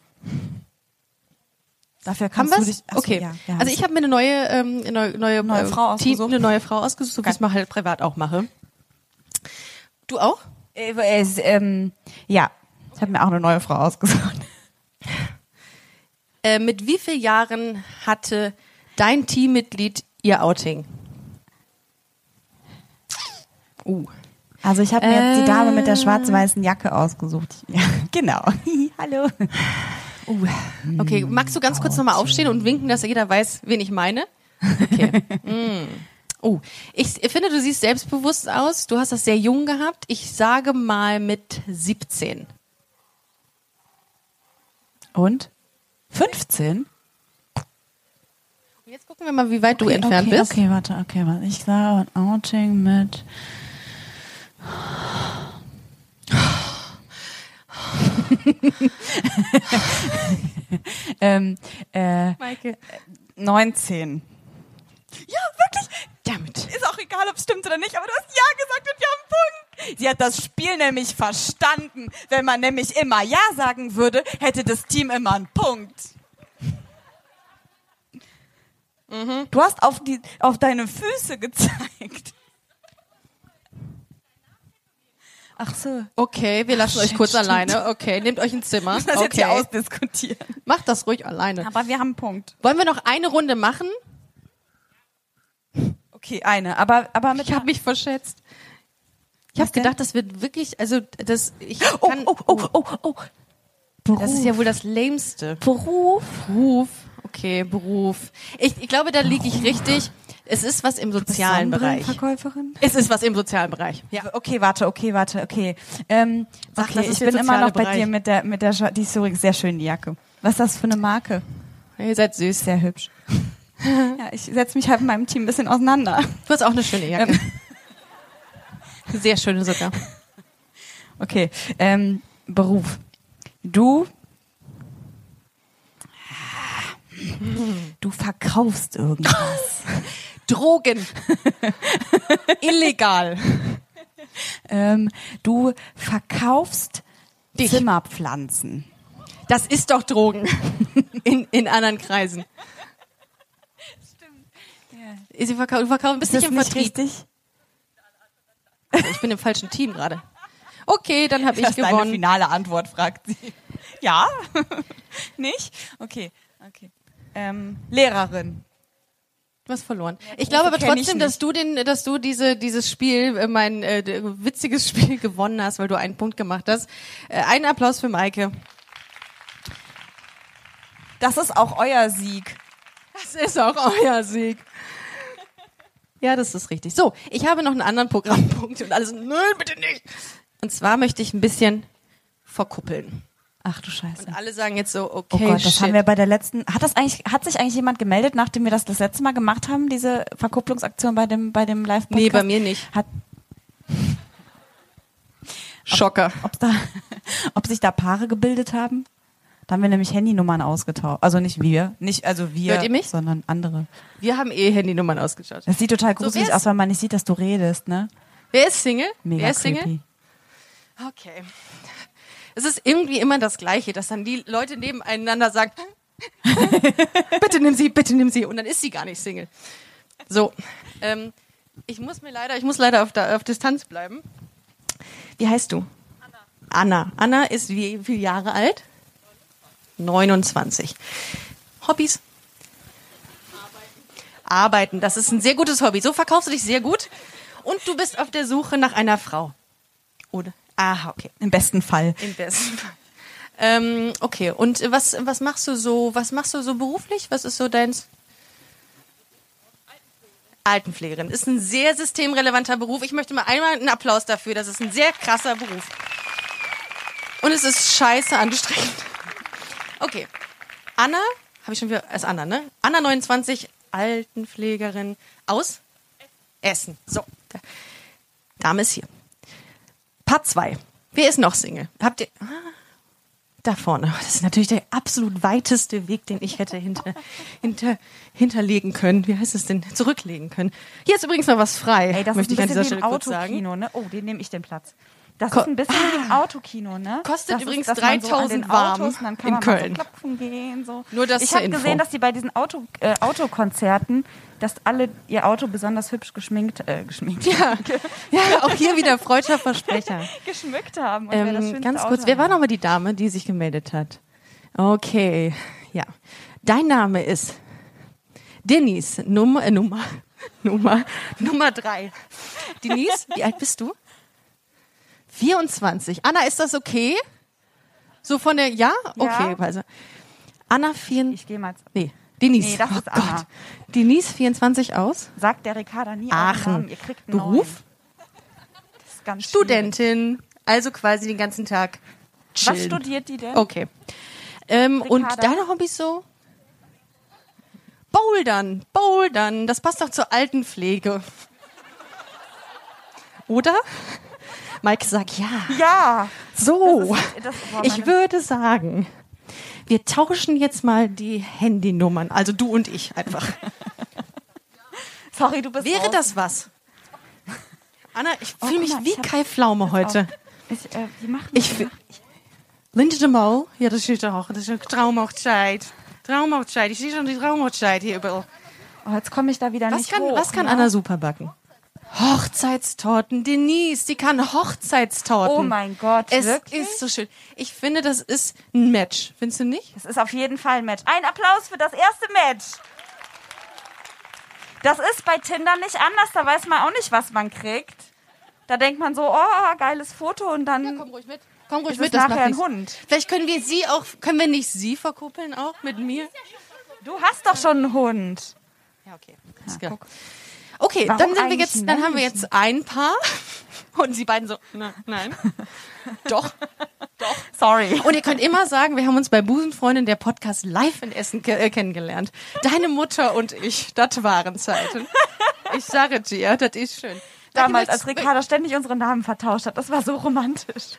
C: Dafür
F: Haben
C: kannst
F: wir
C: du dich. Achso,
F: Okay.
C: ja, ja.
F: also ich habe mir eine neue, ähm, eine neue, neue,
C: Neue
F: äh,
C: Frau
F: Team,
C: ausgesucht.
F: eine neue Frau ausgesucht, so wie ich es mal halt privat auch mache. Du auch?
C: Äh, äh, ähm, ja, ich habe mir auch eine neue Frau ausgesucht.
F: Äh, mit wie vielen Jahren hatte dein Teammitglied ihr Outing? Uh.
C: Also ich habe mir jetzt die Dame mit der schwarz-weißen Jacke ausgesucht. Ja, Ähm. (laughs) genau. Hallo.
F: Uh. Okay, magst du ganz kurz nochmal aufstehen und winken, dass jeder weiß, wen ich meine?
C: (laughs)
F: Okay. mm. Oh, ich s- finde, du siehst selbstbewusst aus. Du hast das sehr jung gehabt. Ich sage mal mit 17.
C: Und? 15?
F: Und jetzt gucken wir mal, wie weit du entfernt
C: okay,
F: bist.
C: Okay, warte, okay, warte. Ich sah ein Outing mit. ähm, äh,
F: Maike.
C: 19. Ja, wirklich.
F: Damit.
C: Ist auch egal, ob es stimmt oder nicht, aber du hast Ja gesagt und wir haben einen Punkt. Sie hat das Spiel nämlich verstanden. Wenn man nämlich immer Ja sagen würde, hätte das Team immer einen Punkt. Du hast auf, die, auf deine Füße gezeigt. Ach so.
F: Okay, wir lassen euch
C: shit,
F: kurz
C: stimmt.
F: alleine. Okay, nehmt euch ein Zimmer.
C: (laughs) Das okay. jetzt hier
F: Okay.
C: ausdiskutieren.
F: Macht das ruhig alleine.
C: Aber wir haben einen Punkt.
F: Wollen wir noch eine Runde machen?
C: Okay, eine. Aber, aber mit
F: Ich habe mich verschätzt. Ich
C: Was
F: habe
C: denn?
F: gedacht, das wird wirklich, also das ich
C: Oh,
F: kann,
C: oh, oh, oh, oh. Beruf.
F: das ist ja wohl das lämste.
C: Beruf.
F: Beruf. Okay, Beruf. Ich, ich glaube, da liege ich richtig. Es ist was im sozialen Bereich.
C: Verkäuferin.
F: Es ist was im sozialen Bereich.
C: Ja. Okay, warte, okay, warte, okay. Ähm,
F: Sag,
C: okay,
F: das ist
C: ich
F: der
C: bin immer
F: soziale
C: noch bei
F: Bereich.
C: dir mit der, mit der, Scha- die ist übrigens sehr schön, die Jacke. Was ist das für eine Marke?
F: Ihr seid süß.
C: Sehr
F: (laughs)
C: hübsch. ja, ich setze mich halt mit meinem Team ein bisschen auseinander.
F: Du hast auch eine schöne Jacke. (laughs) Sehr schöne sogar.
C: Okay, ähm, Beruf. Du, Ah. du verkaufst irgendwas.
F: (laughs) Drogen. Illegal.
C: ähm, du verkaufst
F: Dich.
C: Zimmerpflanzen.
F: Das ist doch Drogen. (laughs) In, in anderen Kreisen. Stimmt. Sie verkaufen, du verkaufst, bist nicht im Vertrieb.
C: richtig?
F: Ich bin im falschen Team gerade. Okay, dann
C: (laughs) das
F: habe
C: ist
F: ich
C: deine
F: gewonnen.
C: finale Antwort, fragt
F: (laughs)
C: sie. Ja? Nicht? Okay. okay. Ähm, Lehrerin.
F: Du hast verloren. Ich glaube aber
C: also kenn ich
F: trotzdem, dass du den, dass du diese dieses Spiel, äh, mein äh, d- witziges (laughs) Spiel gewonnen hast, weil du einen Punkt gemacht hast. Äh, einen Applaus für Maike.
C: Das ist auch euer Sieg.
F: Das ist auch euer Sieg. Ja, das ist richtig. So, ich habe noch einen anderen Programmpunkt und alles. Nein, bitte nicht. Und zwar möchte ich ein bisschen verkuppeln.
C: Ach du Scheiße.
F: Und alle sagen jetzt so,
C: Oh
F: okay,
C: Gott, das
F: shit.
C: haben wir bei der letzten. Hat das eigentlich, hat sich eigentlich jemand gemeldet, nachdem wir das das letzte Mal gemacht haben, diese Verkupplungsaktion bei dem, bei dem Live-Podcast?
F: Nee, bei mir nicht.
C: Hat,
F: Schocker.
C: ob, da, (laughs) ob sich da Paare gebildet haben? Da haben wir nämlich Handynummern ausgetauscht. Also nicht wir, nicht, also wir,
F: Hört ihr mich?
C: sondern andere.
F: Wir haben eh Handynummern ausgeschaut.
C: Das sieht total
F: So, wer
C: gruselig
F: ist-
C: aus, weil man nicht sieht, dass du redest, ne?
F: Wer ist Single?
C: Mega
F: Wer ist
C: creepy.
F: Single? Okay. Es ist irgendwie immer das Gleiche, dass dann die Leute nebeneinander sagen, (laughs) bitte nimm sie, bitte nimm sie. Und dann ist sie gar nicht Single. So, ähm, ich muss mir leider, ich muss leider auf, da, auf Distanz bleiben. Wie heißt du? Anna. Anna. Anna ist wie viele Jahre alt? 29. Hobbys? Arbeiten. Das ist ein sehr gutes Hobby. So verkaufst du dich sehr gut. Und du bist auf der Suche nach einer Frau. Oder? Aha, okay.
C: Im besten Fall.
F: Im besten Fall. (laughs) Ähm, okay, und was, was machst du so, was machst du so beruflich? Was ist so deins? Altenpflegerin. Ist ein sehr systemrelevanter Beruf. Ich möchte mal einmal einen Applaus dafür. Das ist ein sehr krasser Beruf. Und es ist scheiße anstrengend. Okay. Anna, habe ich schon wieder, ist Anna, ne? Anna 29, Altenpflegerin aus Essen. So. Dame ist hier. Part 2. Wer ist noch Single? Habt ihr. Ah, da vorne. Das ist natürlich der absolut weiteste Weg, den ich hätte hinter, hinter, hinterlegen können. Wie heißt es denn? Zurücklegen können. Hier ist übrigens noch was frei.
C: Ey, das
F: möchte
C: ist ein
F: ich an
C: bisschen
F: dieser
C: wie
F: Stelle
C: im
F: kurz sagen.
C: Autokino, ne? Oh, den nehme ich den Platz. Das
F: Ko- Ah!
C: ist ein bisschen wie im Autokino, ne?
F: Kostet
C: das
F: übrigens
C: dass man so an
F: 3000
C: den Autos
F: warm
C: und dann kann man
F: in
C: mal
F: Köln.
C: So klopfen gehen, so.
F: Nur das
C: ich
F: zur
C: habe
F: Info.
C: gesehen, dass die bei diesen Auto, äh, Autokonzerten, dass alle ihr Auto besonders hübsch geschminkt, äh, geschminkt,
F: (laughs) Ja. ja, auch hier wieder freudscher Versprecher.
C: geschmückt haben. Und wer das
F: Ähm,
C: schönste
F: ganz
C: Auto
F: kurz, wer war
C: hat.
F: nochmal die Dame, die sich gemeldet hat? Okay, ja. Dein Name ist Denise, Nummer, äh, Nummer, (laughs) Nummer, Nummer drei. Denise, wie alt bist du? 24. Anna, ist das okay? So von der, ja? Okay, also. Anna, 24.
C: Ich gehe mal.
F: Nee, Denise.
C: Nee, das
F: oh
C: ist
F: Gott.
C: Anna.
F: Denise, 24 aus?
C: Sagt der Ricarda nie
F: Aachen.
C: Namen. Ihr kriegt einen
F: Beruf?
C: Neuen. Das ist ganz schwierig.
F: Studentin. Also quasi den ganzen Tag.
C: Was
F: chillen.
C: studiert die denn?
F: Okay. Ähm, und
C: Ricarda.
F: deine Hobbys so? Bouldern, Bouldern, das passt doch zur Altenpflege. Oder? Mike sagt ja.
C: Ja.
F: So,
C: Das ist- das- boah,
F: ich
C: meine-
F: würde sagen, wir tauschen jetzt mal die Handynummern, also du und ich einfach.
C: Sorry, du bist
F: Wäre
C: raus.
F: das was? Anna, ich fühle mich
C: Oh, guck mal,
F: wie
C: ich hab-
F: Kai Pflaume heute.
C: Ich, äh, die machen
F: Ich fi- Linda de Mol, ja, das ist doch, das ist eine Traumhochzeit. Traumhochzeit, ich sehe schon die Traumhochzeit hier überall.
C: oh, jetzt komme ich da wieder
F: Was
C: nicht
F: kann,
C: hoch.
F: was kann
C: ne?
F: Anna super backen? Hochzeitstorten, Denise, die kann Hochzeitstorten.
C: Oh mein Gott,
F: es
C: wirklich?
F: ist so schön. Ich finde, das ist ein Match, findest du nicht?
C: Das ist auf jeden Fall ein Match. Ein Applaus für das erste Match. Das ist bei Tinder nicht anders. Da weiß man auch nicht, was man kriegt. Da denkt man so, oh, geiles Foto und dann
F: ruhig mit. Komm ruhig
C: ist
F: mit,
C: es
F: das
C: nachher
F: macht
C: ein
F: nichts.
C: Hund.
F: Vielleicht können wir sie auch, können wir nicht sie verkuppeln auch mit mir?
C: Du hast doch schon einen Hund.
F: Ja, okay. Ah, Alles klar. Okay,
C: Warum
F: dann sind wir
C: eigentlich
F: jetzt, dann haben wir
C: männlichen?
F: jetzt ein Paar (laughs) und sie beiden so, na, (laughs) nein, doch.
C: Sorry.
F: Und ihr könnt immer sagen, wir haben uns bei Busenfreundin der Podcast live in Essen ke äh, kennengelernt. Deine Mutter und ich, das waren Zeiten. Ich sage dir, das ist schön.
C: Damals,
F: Danke,
C: als
F: willst-
C: Ricarda ständig unsere Namen vertauscht hat. Das war so romantisch.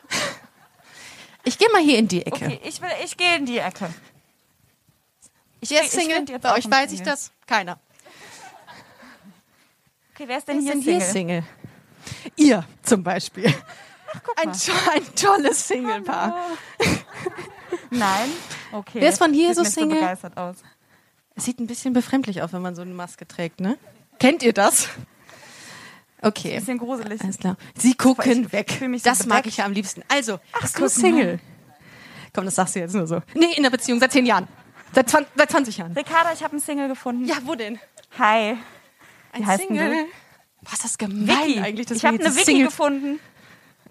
F: Ich gehe mal hier in die Ecke.
C: Okay, ich, will, ich gehe in die Ecke.
F: Ich Wer ist
C: ich
F: Single?
C: find jetzt
F: bei
C: auch
F: euch
C: einen
F: weiß ich
C: Single.
F: das? Keiner.
C: Okay, wer ist denn hier
F: sind
C: Single?
F: hier Single? Ihr zum Beispiel. ein, to ein tolles Single-Paar. (laughs)
C: Nein? Okay.
F: Wer ist von hier
C: Sieht
F: so
C: nicht
F: Single?
C: So begeistert aus.
F: Es sieht ein bisschen befremdlich aus, wenn man so eine Maske trägt, ne? Kennt ihr das? Okay.
C: Bisschen gruselig.
F: Alles klar. Sie gucken
C: Ich
F: weg.
C: fühl mich so
F: Das mag
C: bedeckt.
F: ich ja am liebsten. Also, bist du
C: guck
F: Single? Komm, das sagst du jetzt nur so. Nee, in der Beziehung seit zehn Jahren. Seit, 20, seit 20 Jahren.
C: Ricarda, ich habe einen Single gefunden.
F: Ja, wo denn?
C: Hi.
F: Ein
C: heißt denn
F: Was ist das gemein
C: Vicky.
F: eigentlich? dass
C: ich
F: wir
C: habe
F: jetzt
C: eine Wiki
F: Single-
C: gefunden.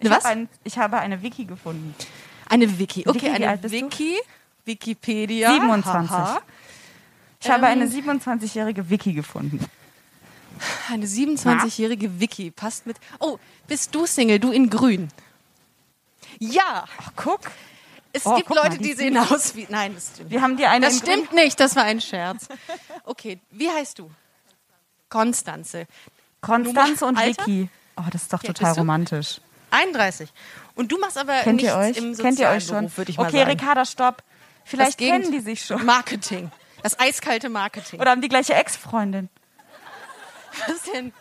C: Ich
F: Eine was?
C: hab ein, ich habe eine Wiki gefunden.
F: Eine Wiki. Okay,
C: Wiki, wie alt
F: eine
C: bist du?
F: Wiki. Wikipedia.
C: 27.
F: Haha.
C: Ich habe
F: Ähm.
C: eine 27-jährige Wiki gefunden.
F: Eine 27-jährige Wiki. Passt mit. Oh, bist du Single? Du in Grün. Ja.
C: Ach, guck.
F: Es
C: Oh,
F: gibt
C: guck mal,
F: Leute,
C: die
F: die sehen aus wie. Nein, das stimmt.
C: Wir haben dir eine
F: Das
C: in Grün-
F: stimmt nicht, das war ein Scherz. Okay, wie heißt du? Konstanze.
C: Konstanze
F: Nummer-
C: und
F: Alter?
C: Wiki. Oh, das ist doch
F: Ja,
C: total
F: bist du?
C: romantisch.
F: 31. Und du machst aber
C: Kennt
F: nichts
C: ihr euch?
F: im sozialen
C: Kennt ihr euch schon?
F: Beruf, würde ich mal
C: okay,
F: sagen.
C: Ricarda, stopp.
F: Das
C: Vielleicht kennen die
F: Gegend-
C: sich schon.
F: Marketing. Das eiskalte Marketing.
C: Oder haben die gleiche Ex-Freundin.
F: was denn?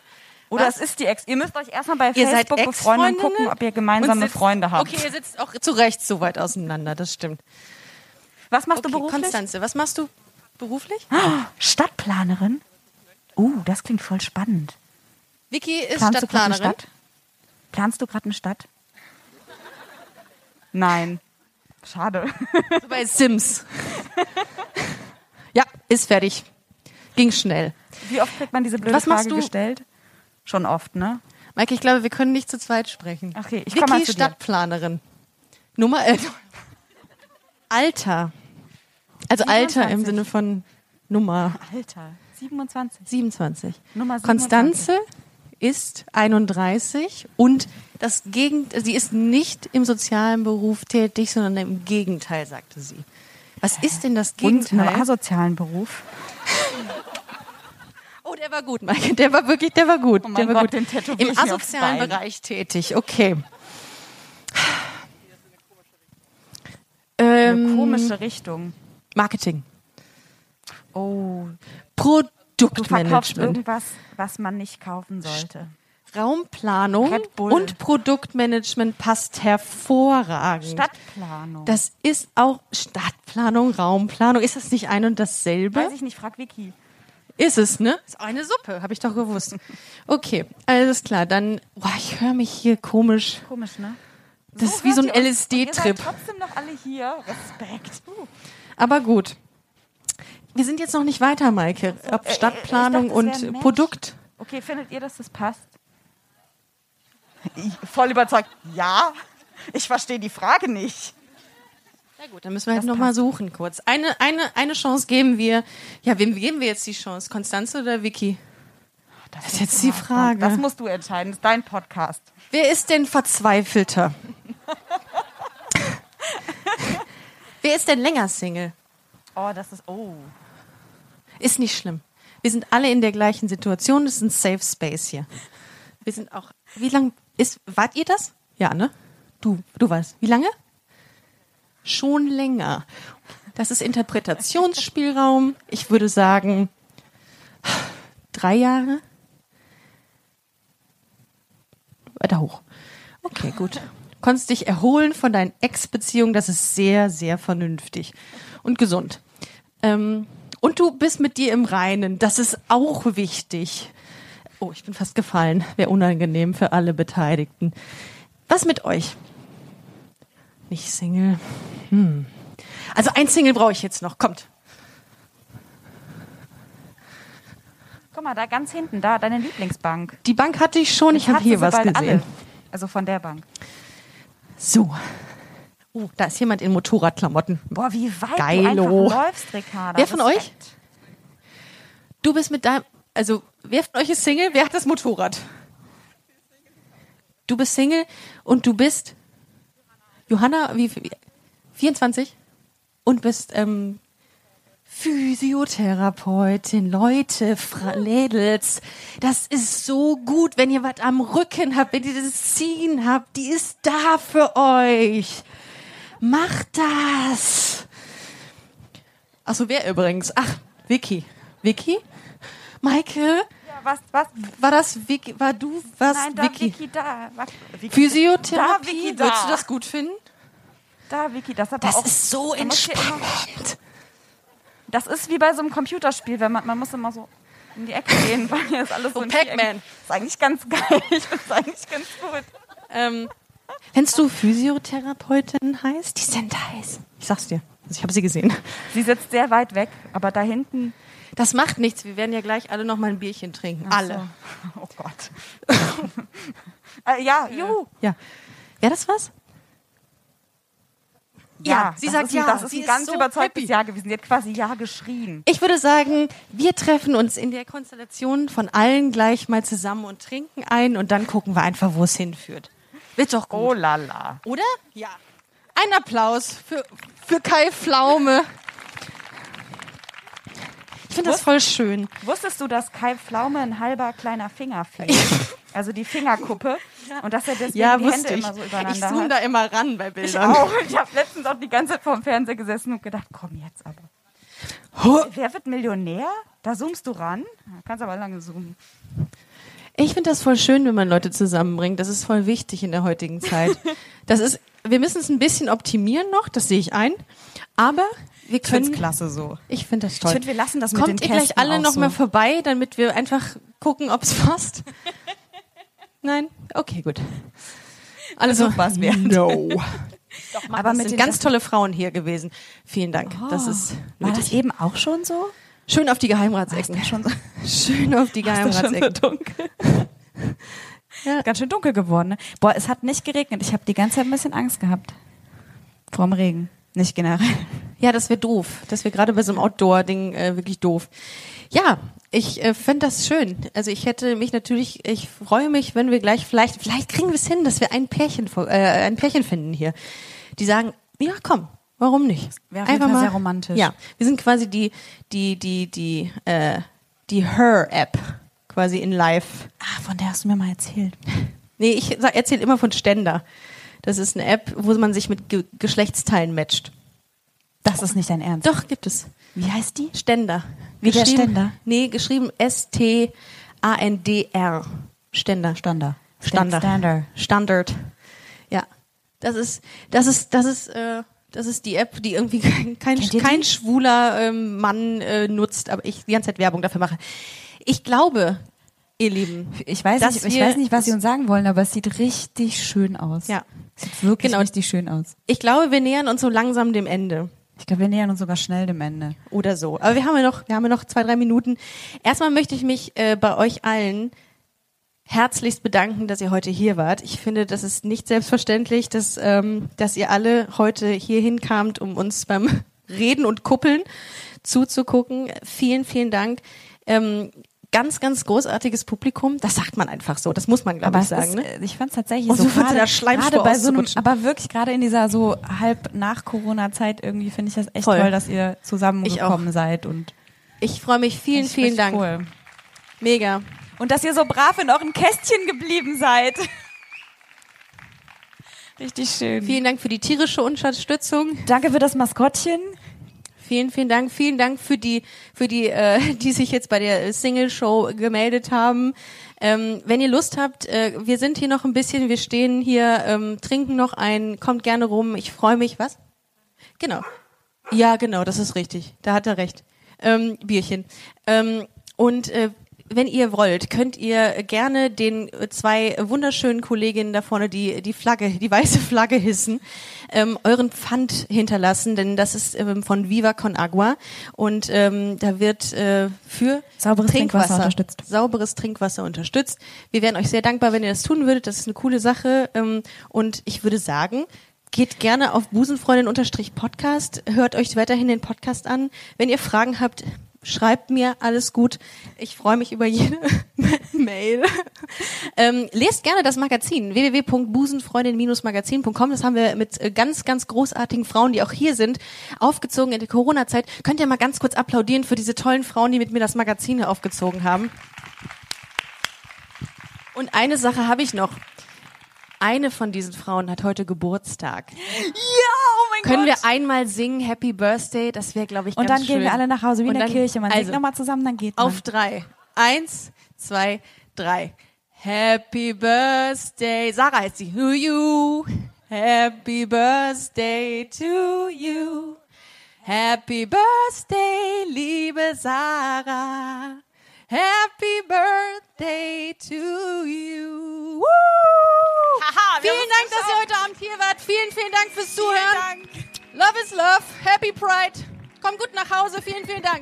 C: Oder
F: Was?
C: es ist die Ex. Ihr müsst euch erstmal bei
F: Ihr seid
C: Facebook befreunden und
F: Ex-Freundinnen
C: gucken, ob ihr
F: und
C: gemeinsame
F: sitzt-
C: Freunde habt.
F: Okay, ihr sitzt auch zu Recht so weit auseinander, das stimmt.
C: Was machst
F: Okay,
C: du beruflich? Oh,
F: Konstanze, was machst du beruflich?
C: Stadtplanerin? Uh, das klingt voll spannend.
F: Vicky ist
C: Planst du gerade eine
F: Stadtplanerin.
C: Stadt? Planst du gerade eine Stadt? Nein. Schade. (laughs)
F: So bei Sims. ja, ist fertig. Ging schnell.
C: Wie oft kriegt man diese blöde
F: Was machst
C: Frage
F: du?
C: gestellt? Schon oft, ne?
F: Maike, ich glaube, wir können nicht zu zweit sprechen.
C: Okay, ich
F: Vicky,
C: komm mal zu dir.
F: Stadtplanerin. Nummer
C: (laughs)
F: 11. Alter. Also Alter im
C: 27.
F: Sinne von Nummer
C: Alter, 27.
F: 27.
C: Nummer 27.
F: Konstanze ist 31 und das Gegend, sie ist nicht im sozialen Beruf tätig, sondern im Gegenteil, sagte sie. Was ist denn das
C: Und
F: Gegenteil?
C: einen asozialen Beruf.
F: Oh, der war gut, Mike. Der war wirklich, der war gut.
C: Oh mein
F: der war
C: Gott,
F: gut.
C: den tätowier
F: Im
C: ich mir aufs
F: asozialen
C: Bein.
F: Bereich tätig. Okay. Ähm,
C: Komische Richtung.
F: Marketing,
C: Oh, du verkaufst
F: Produktmanagement,
C: irgendwas, was man nicht kaufen sollte.
F: Raumplanung
C: Red Bull.
F: und Produktmanagement passt hervorragend.
C: Stadtplanung.
F: das ist auch Stadtplanung, Raumplanung. Ist das nicht ein und dasselbe?
C: Weiß ich nicht, frag Vicky.
F: Ist es, ne? Ist eine Suppe, habe ich doch gewusst. Okay, alles klar. Dann, boah, ich höre mich hier komisch.
C: Komisch, ne?
F: Das ist wie so ein
C: hört ihr uns. Und Ihr
F: LSD-Trip.
C: seid trotzdem noch alle hier. Respekt.
F: Aber gut. Wir sind jetzt noch nicht weiter, Maike. Ob
C: Äh, äh,
F: Stadtplanung
C: ich dachte, es wär ein
F: und
C: Match.
F: Produkt.
C: Okay, findet ihr, dass das passt? Voll überzeugt. Ja. Ich verstehe die Frage nicht.
F: Na gut, dann müssen wir halt nochmal suchen kurz. Eine, eine, eine Chance geben wir. Ja, wem geben wir jetzt die Chance? Konstanze oder Vicky? Oh, Das ist jetzt die Frage.
C: Das
F: (laughs)
C: musst du entscheiden. Das ist dein Podcast.
F: Wer ist denn verzweifelter? (laughs) Wer ist denn länger Single?
C: Oh, das ist. Oh.
F: Ist nicht schlimm. Wir sind alle in der gleichen Situation. Es ist ein Safe Space hier. Wir sind auch. Wie lange ist. Wart ihr das? Ja, ne? Du, du warst. Wie lange? Schon länger. Das ist Interpretationsspielraum. Ich würde sagen, drei Jahre. Weiter hoch. Okay, gut. Konntest dich erholen von deinen Ex-Beziehungen. Das ist sehr, sehr vernünftig und gesund. Ähm, und du bist mit dir im Reinen. Das ist auch wichtig. Oh, ich bin fast gefallen. Wäre unangenehm für alle Beteiligten. Was mit euch? Nicht Single. Hm. Also ein Single brauche ich jetzt noch. Kommt.
C: Guck mal, da ganz hinten, da, deine Lieblingsbank.
F: Die Bank hatte ich schon. Ich
C: Jetzt
F: habe
C: hast du
F: hier
C: sie
F: was
C: bald
F: gesehen.
C: alle. Also von der Bank.
F: So. Oh, da ist jemand in Motorradklamotten.
C: Boah, wie weit
F: Geilo.
C: du einfach läufst, Ricarda.
F: Wer von
C: Respekt.
F: Du bist mit deinem. Also, wer von euch ist Single? Wer hat das Motorrad? Du bist Single und du bist. Johanna, wie. wie- 24? Und bist ähm, Physiotherapeutin. Leute, Fra Lädels, das ist so gut, wenn ihr was am Rücken habt, wenn ihr dieses Ziehen habt. Die ist da für euch. Macht das. Ach so, wer übrigens? Ach, Vicky. Vicky? Maike?
C: Ja, was, was?
F: War das Vicky? War du? Was
C: Nein, da, Vicky,
F: Vicky?
C: da. Was, Vicky,
F: Physiotherapie?
C: Da, Vicky, da.
F: Würdest du das gut finden?
C: Da, Vicky, das hat
F: Das
C: auch,
F: ist so
C: man muss hier immer-
F: entspannend.
C: Das ist wie bei so einem Computerspiel, wenn man, man muss immer so um die Ecke gehen, (laughs) weil hier ist alles so
F: So
C: ein
F: Pac-Man.
C: Viereck. Ist eigentlich ganz geil. (laughs) Ich find's eigentlich ganz gut.
F: Ähm, kennst du Physiotherapeutin heißt? Die sind heiß. Ich sag's dir. Also ich habe sie gesehen.
C: Sie sitzt sehr weit weg, aber da hinten.
F: Das macht nichts. Wir werden ja gleich alle noch mal ein Bierchen trinken. alle.
C: So. Oh Gott. (laughs) äh, ja, juhu.
F: Ja. Wäre das was? Ja, sie
C: das
F: sagt
C: ist,
F: ja,
C: Ein, das ist
F: sie
C: ein
F: ist
C: ganz
F: so
C: überzeugtes
F: happy.
C: Ja gewesen. Sie hat quasi Ja geschrien.
F: Ich würde sagen, wir treffen uns in der Konstellation von allen gleich mal zusammen und trinken ein und dann gucken wir einfach, wo es hinführt. Wird doch
C: Oh
F: gut,
C: la la.
F: oder? Ja. Ein Applaus für, für Kai Pflaume. Ich finde das voll schön.
C: Wusstest du, dass Kai Pflaume ein halber kleiner Finger fehlt? also die Fingerkuppe. Und dass er deswegen die Hände immer so übereinander
F: ich zoome
C: hat.
F: da immer ran bei
C: Ich
F: Bildern. (laughs)
C: auch. Ich habe letztens auch die ganze Zeit vorm Fernseher gesessen und gedacht, komm jetzt aber.
F: Ho.
C: Wer wird Millionär? Da zoomst du ran. Ja, Kannst aber lange zoomen.
F: Ich finde das voll schön, wenn man Leute zusammenbringt. Das ist voll wichtig in der heutigen (laughs) Zeit. Das ist, wir müssen es ein bisschen optimieren noch, das sehe ich ein. Aber wir können.
C: klasse so.
F: Ich finde das toll.
C: Ich find, wir lassen das mit
F: Kommt
C: den
F: ihr
C: Kästen
F: gleich alle
C: auch
F: noch
C: so.
F: mal vorbei, damit wir einfach gucken, ob es passt? (laughs) Nein? Okay, gut. Also,
C: war's (laughs) wert.
F: (laughs) No.
C: Aber
F: Das
C: mit
F: sind
C: den
F: ganz tolle Frauen hier gewesen. Vielen Dank. Oh, das ist
C: war das eben auch schon so? (laughs)
F: schön auf die Geheimratsecken.
C: schon so
F: Schön auf die
C: Ist das schon so (laughs)
F: Geheimratsecken.
C: dunkel? Ganz schön dunkel geworden. Ne? Boah, es hat nicht geregnet. Ich habe die ganze Zeit ein bisschen Angst gehabt. Vorm Regen. Nicht generell.
F: Ja, das wäre doof. Das wäre gerade bei so einem Outdoor-Ding äh, wirklich doof. Ja, ich äh, fände das schön. Also ich hätte mich natürlich, ich freue mich, wenn wir gleich vielleicht, vielleicht kriegen wir es hin, dass wir ein Pärchen, vor- äh, ein Pärchen finden hier, die sagen, ja komm, warum nicht?
C: Wäre auf jeden Fall sehr romantisch.
F: Ja, wir sind quasi die, die, die, die, äh, die Her-App quasi in Live.
C: (laughs) Ah, von der hast du mir mal erzählt.
F: Nee, ich erzähle immer von Ständer. Das ist eine App, wo man sich mit Ge Geschlechtsteilen matcht.
C: Das ist nicht dein Ernst.
F: Doch, gibt es.
C: Wie heißt die?
F: Ständer.
C: Wie der Ständer?
F: Nee, geschrieben S-T-A-N-D-R. Ständer.
C: Stander.
F: Standard.
C: Stander.
F: Standard. Ja. Das ist, das ist, das ist, äh, das ist die App, die irgendwie (laughs) kein, kein,
C: Kennt ihr die?
F: kein schwuler ähm, Mann äh, nutzt, aber ich die ganze Zeit Werbung dafür mache. Ich glaube, ihr Lieben.
C: Ich weiß,
F: dass
C: nicht, ich
F: wir-
C: weiß nicht, was sie uns sagen wollen, aber es sieht richtig schön aus.
F: Ja.
C: Sieht wirklich
F: Genau.
C: richtig schön aus.
F: Ich glaube, wir nähern uns so langsam dem Ende.
C: Ich glaube, wir nähern uns sogar schnell dem Ende.
F: oder so. Aber wir haben ja noch, wir haben ja noch zwei, drei Minuten. Erstmal möchte ich mich äh, bei euch allen herzlichst bedanken, dass ihr heute hier wart. Ich finde, das ist nicht selbstverständlich, dass, ähm, dass ihr alle heute hierhin kamt, um uns beim (laughs) Reden und Kuppeln zuzugucken. Vielen, vielen Dank. Ähm, ganz, ganz großartiges Publikum. Das sagt man einfach so. Das muss man, glaube
C: Aber
F: ich,
C: es
F: sagen.
C: ist,
F: ne?
C: äh, ich fand es tatsächlich
F: Und
C: so
F: so fandst du
C: gerade,
F: da Schleim
C: gerade
F: vor
C: bei so einem,
F: auszurutschen.
C: aber wirklich gerade in dieser so halb nach Corona-Zeit irgendwie finde ich das echt
F: Voll.
C: toll, dass ihr
F: Ich
C: zusammengekommen seid und
F: Ich freue mich. Vielen,
C: Echt
F: vielen
C: richtig
F: Dank.
C: cool.
F: Mega.
C: Und dass ihr so brav in euren Kästchen geblieben
F: (laughs)
C: seid. Richtig schön.
F: Vielen Dank für die tierische Unterstützung.
C: Danke für das Maskottchen.
F: Vielen, vielen Dank. Vielen Dank für die, für die, äh, (laughs) die sich jetzt bei der Single-Show gemeldet haben. Ähm, wenn ihr Lust habt, äh, wir sind hier noch ein bisschen, wir stehen hier, ähm, trinken noch ein, kommt gerne rum. Ich freue mich. Was? Genau. Ja, genau, das ist richtig. Da hat er recht. Ähm, Bierchen. Ähm, und äh, wenn ihr wollt, könnt ihr gerne den äh, zwei wunderschönen Kolleginnen da vorne, die die Flagge, die weiße Flagge hissen, ähm, euren Pfand hinterlassen, denn das ist ähm, von Viva Con Agua und ähm, da wird äh, für
C: Sauberes Trinkwasser unterstützt.
F: sauberes Trinkwasser unterstützt. Wir wären euch sehr dankbar, wenn ihr das tun würdet. Das ist eine coole Sache. Ähm, und ich würde sagen, geht gerne auf busenfreundin-podcast, hört euch weiterhin den Podcast an. Wenn ihr Fragen habt, schreibt mir alles gut. Ich freue mich über jede (laughs) Mail. Ähm, lest gerne das Magazin www.busenfreundin-magazin.com. Das haben wir mit äh, ganz, ganz großartigen Frauen, die auch hier sind, aufgezogen in der Corona-Zeit. Könnt ihr mal ganz kurz applaudieren für diese tollen Frauen, die mit mir das Magazin hier aufgezogen haben. Und eine Sache habe ich noch. Eine von diesen Frauen hat heute Geburtstag.
C: Ja, oh mein
F: Können wir einmal singen Happy Birthday? Das wäre, glaube ich,
C: Und
F: ganz
C: dann
F: schön.
C: gehen wir alle nach Hause wie in
F: Und
C: der
F: dann-
C: Kirche. Man also,
F: also,
C: singt nochmal zusammen, dann geht man.
F: auf drei. Eins, zwei, drei. Happy Birthday. Sarah heißt sie. To you. Happy Birthday to you. Happy Birthday, liebe Sarah. Happy Birthday to you. Woo! vielen Dank, dass ihr heute Abend hier wart. Vielen, vielen Dank fürs Zuhören. Love is love. Happy Pride. Kommt gut nach Hause. Vielen, vielen Dank.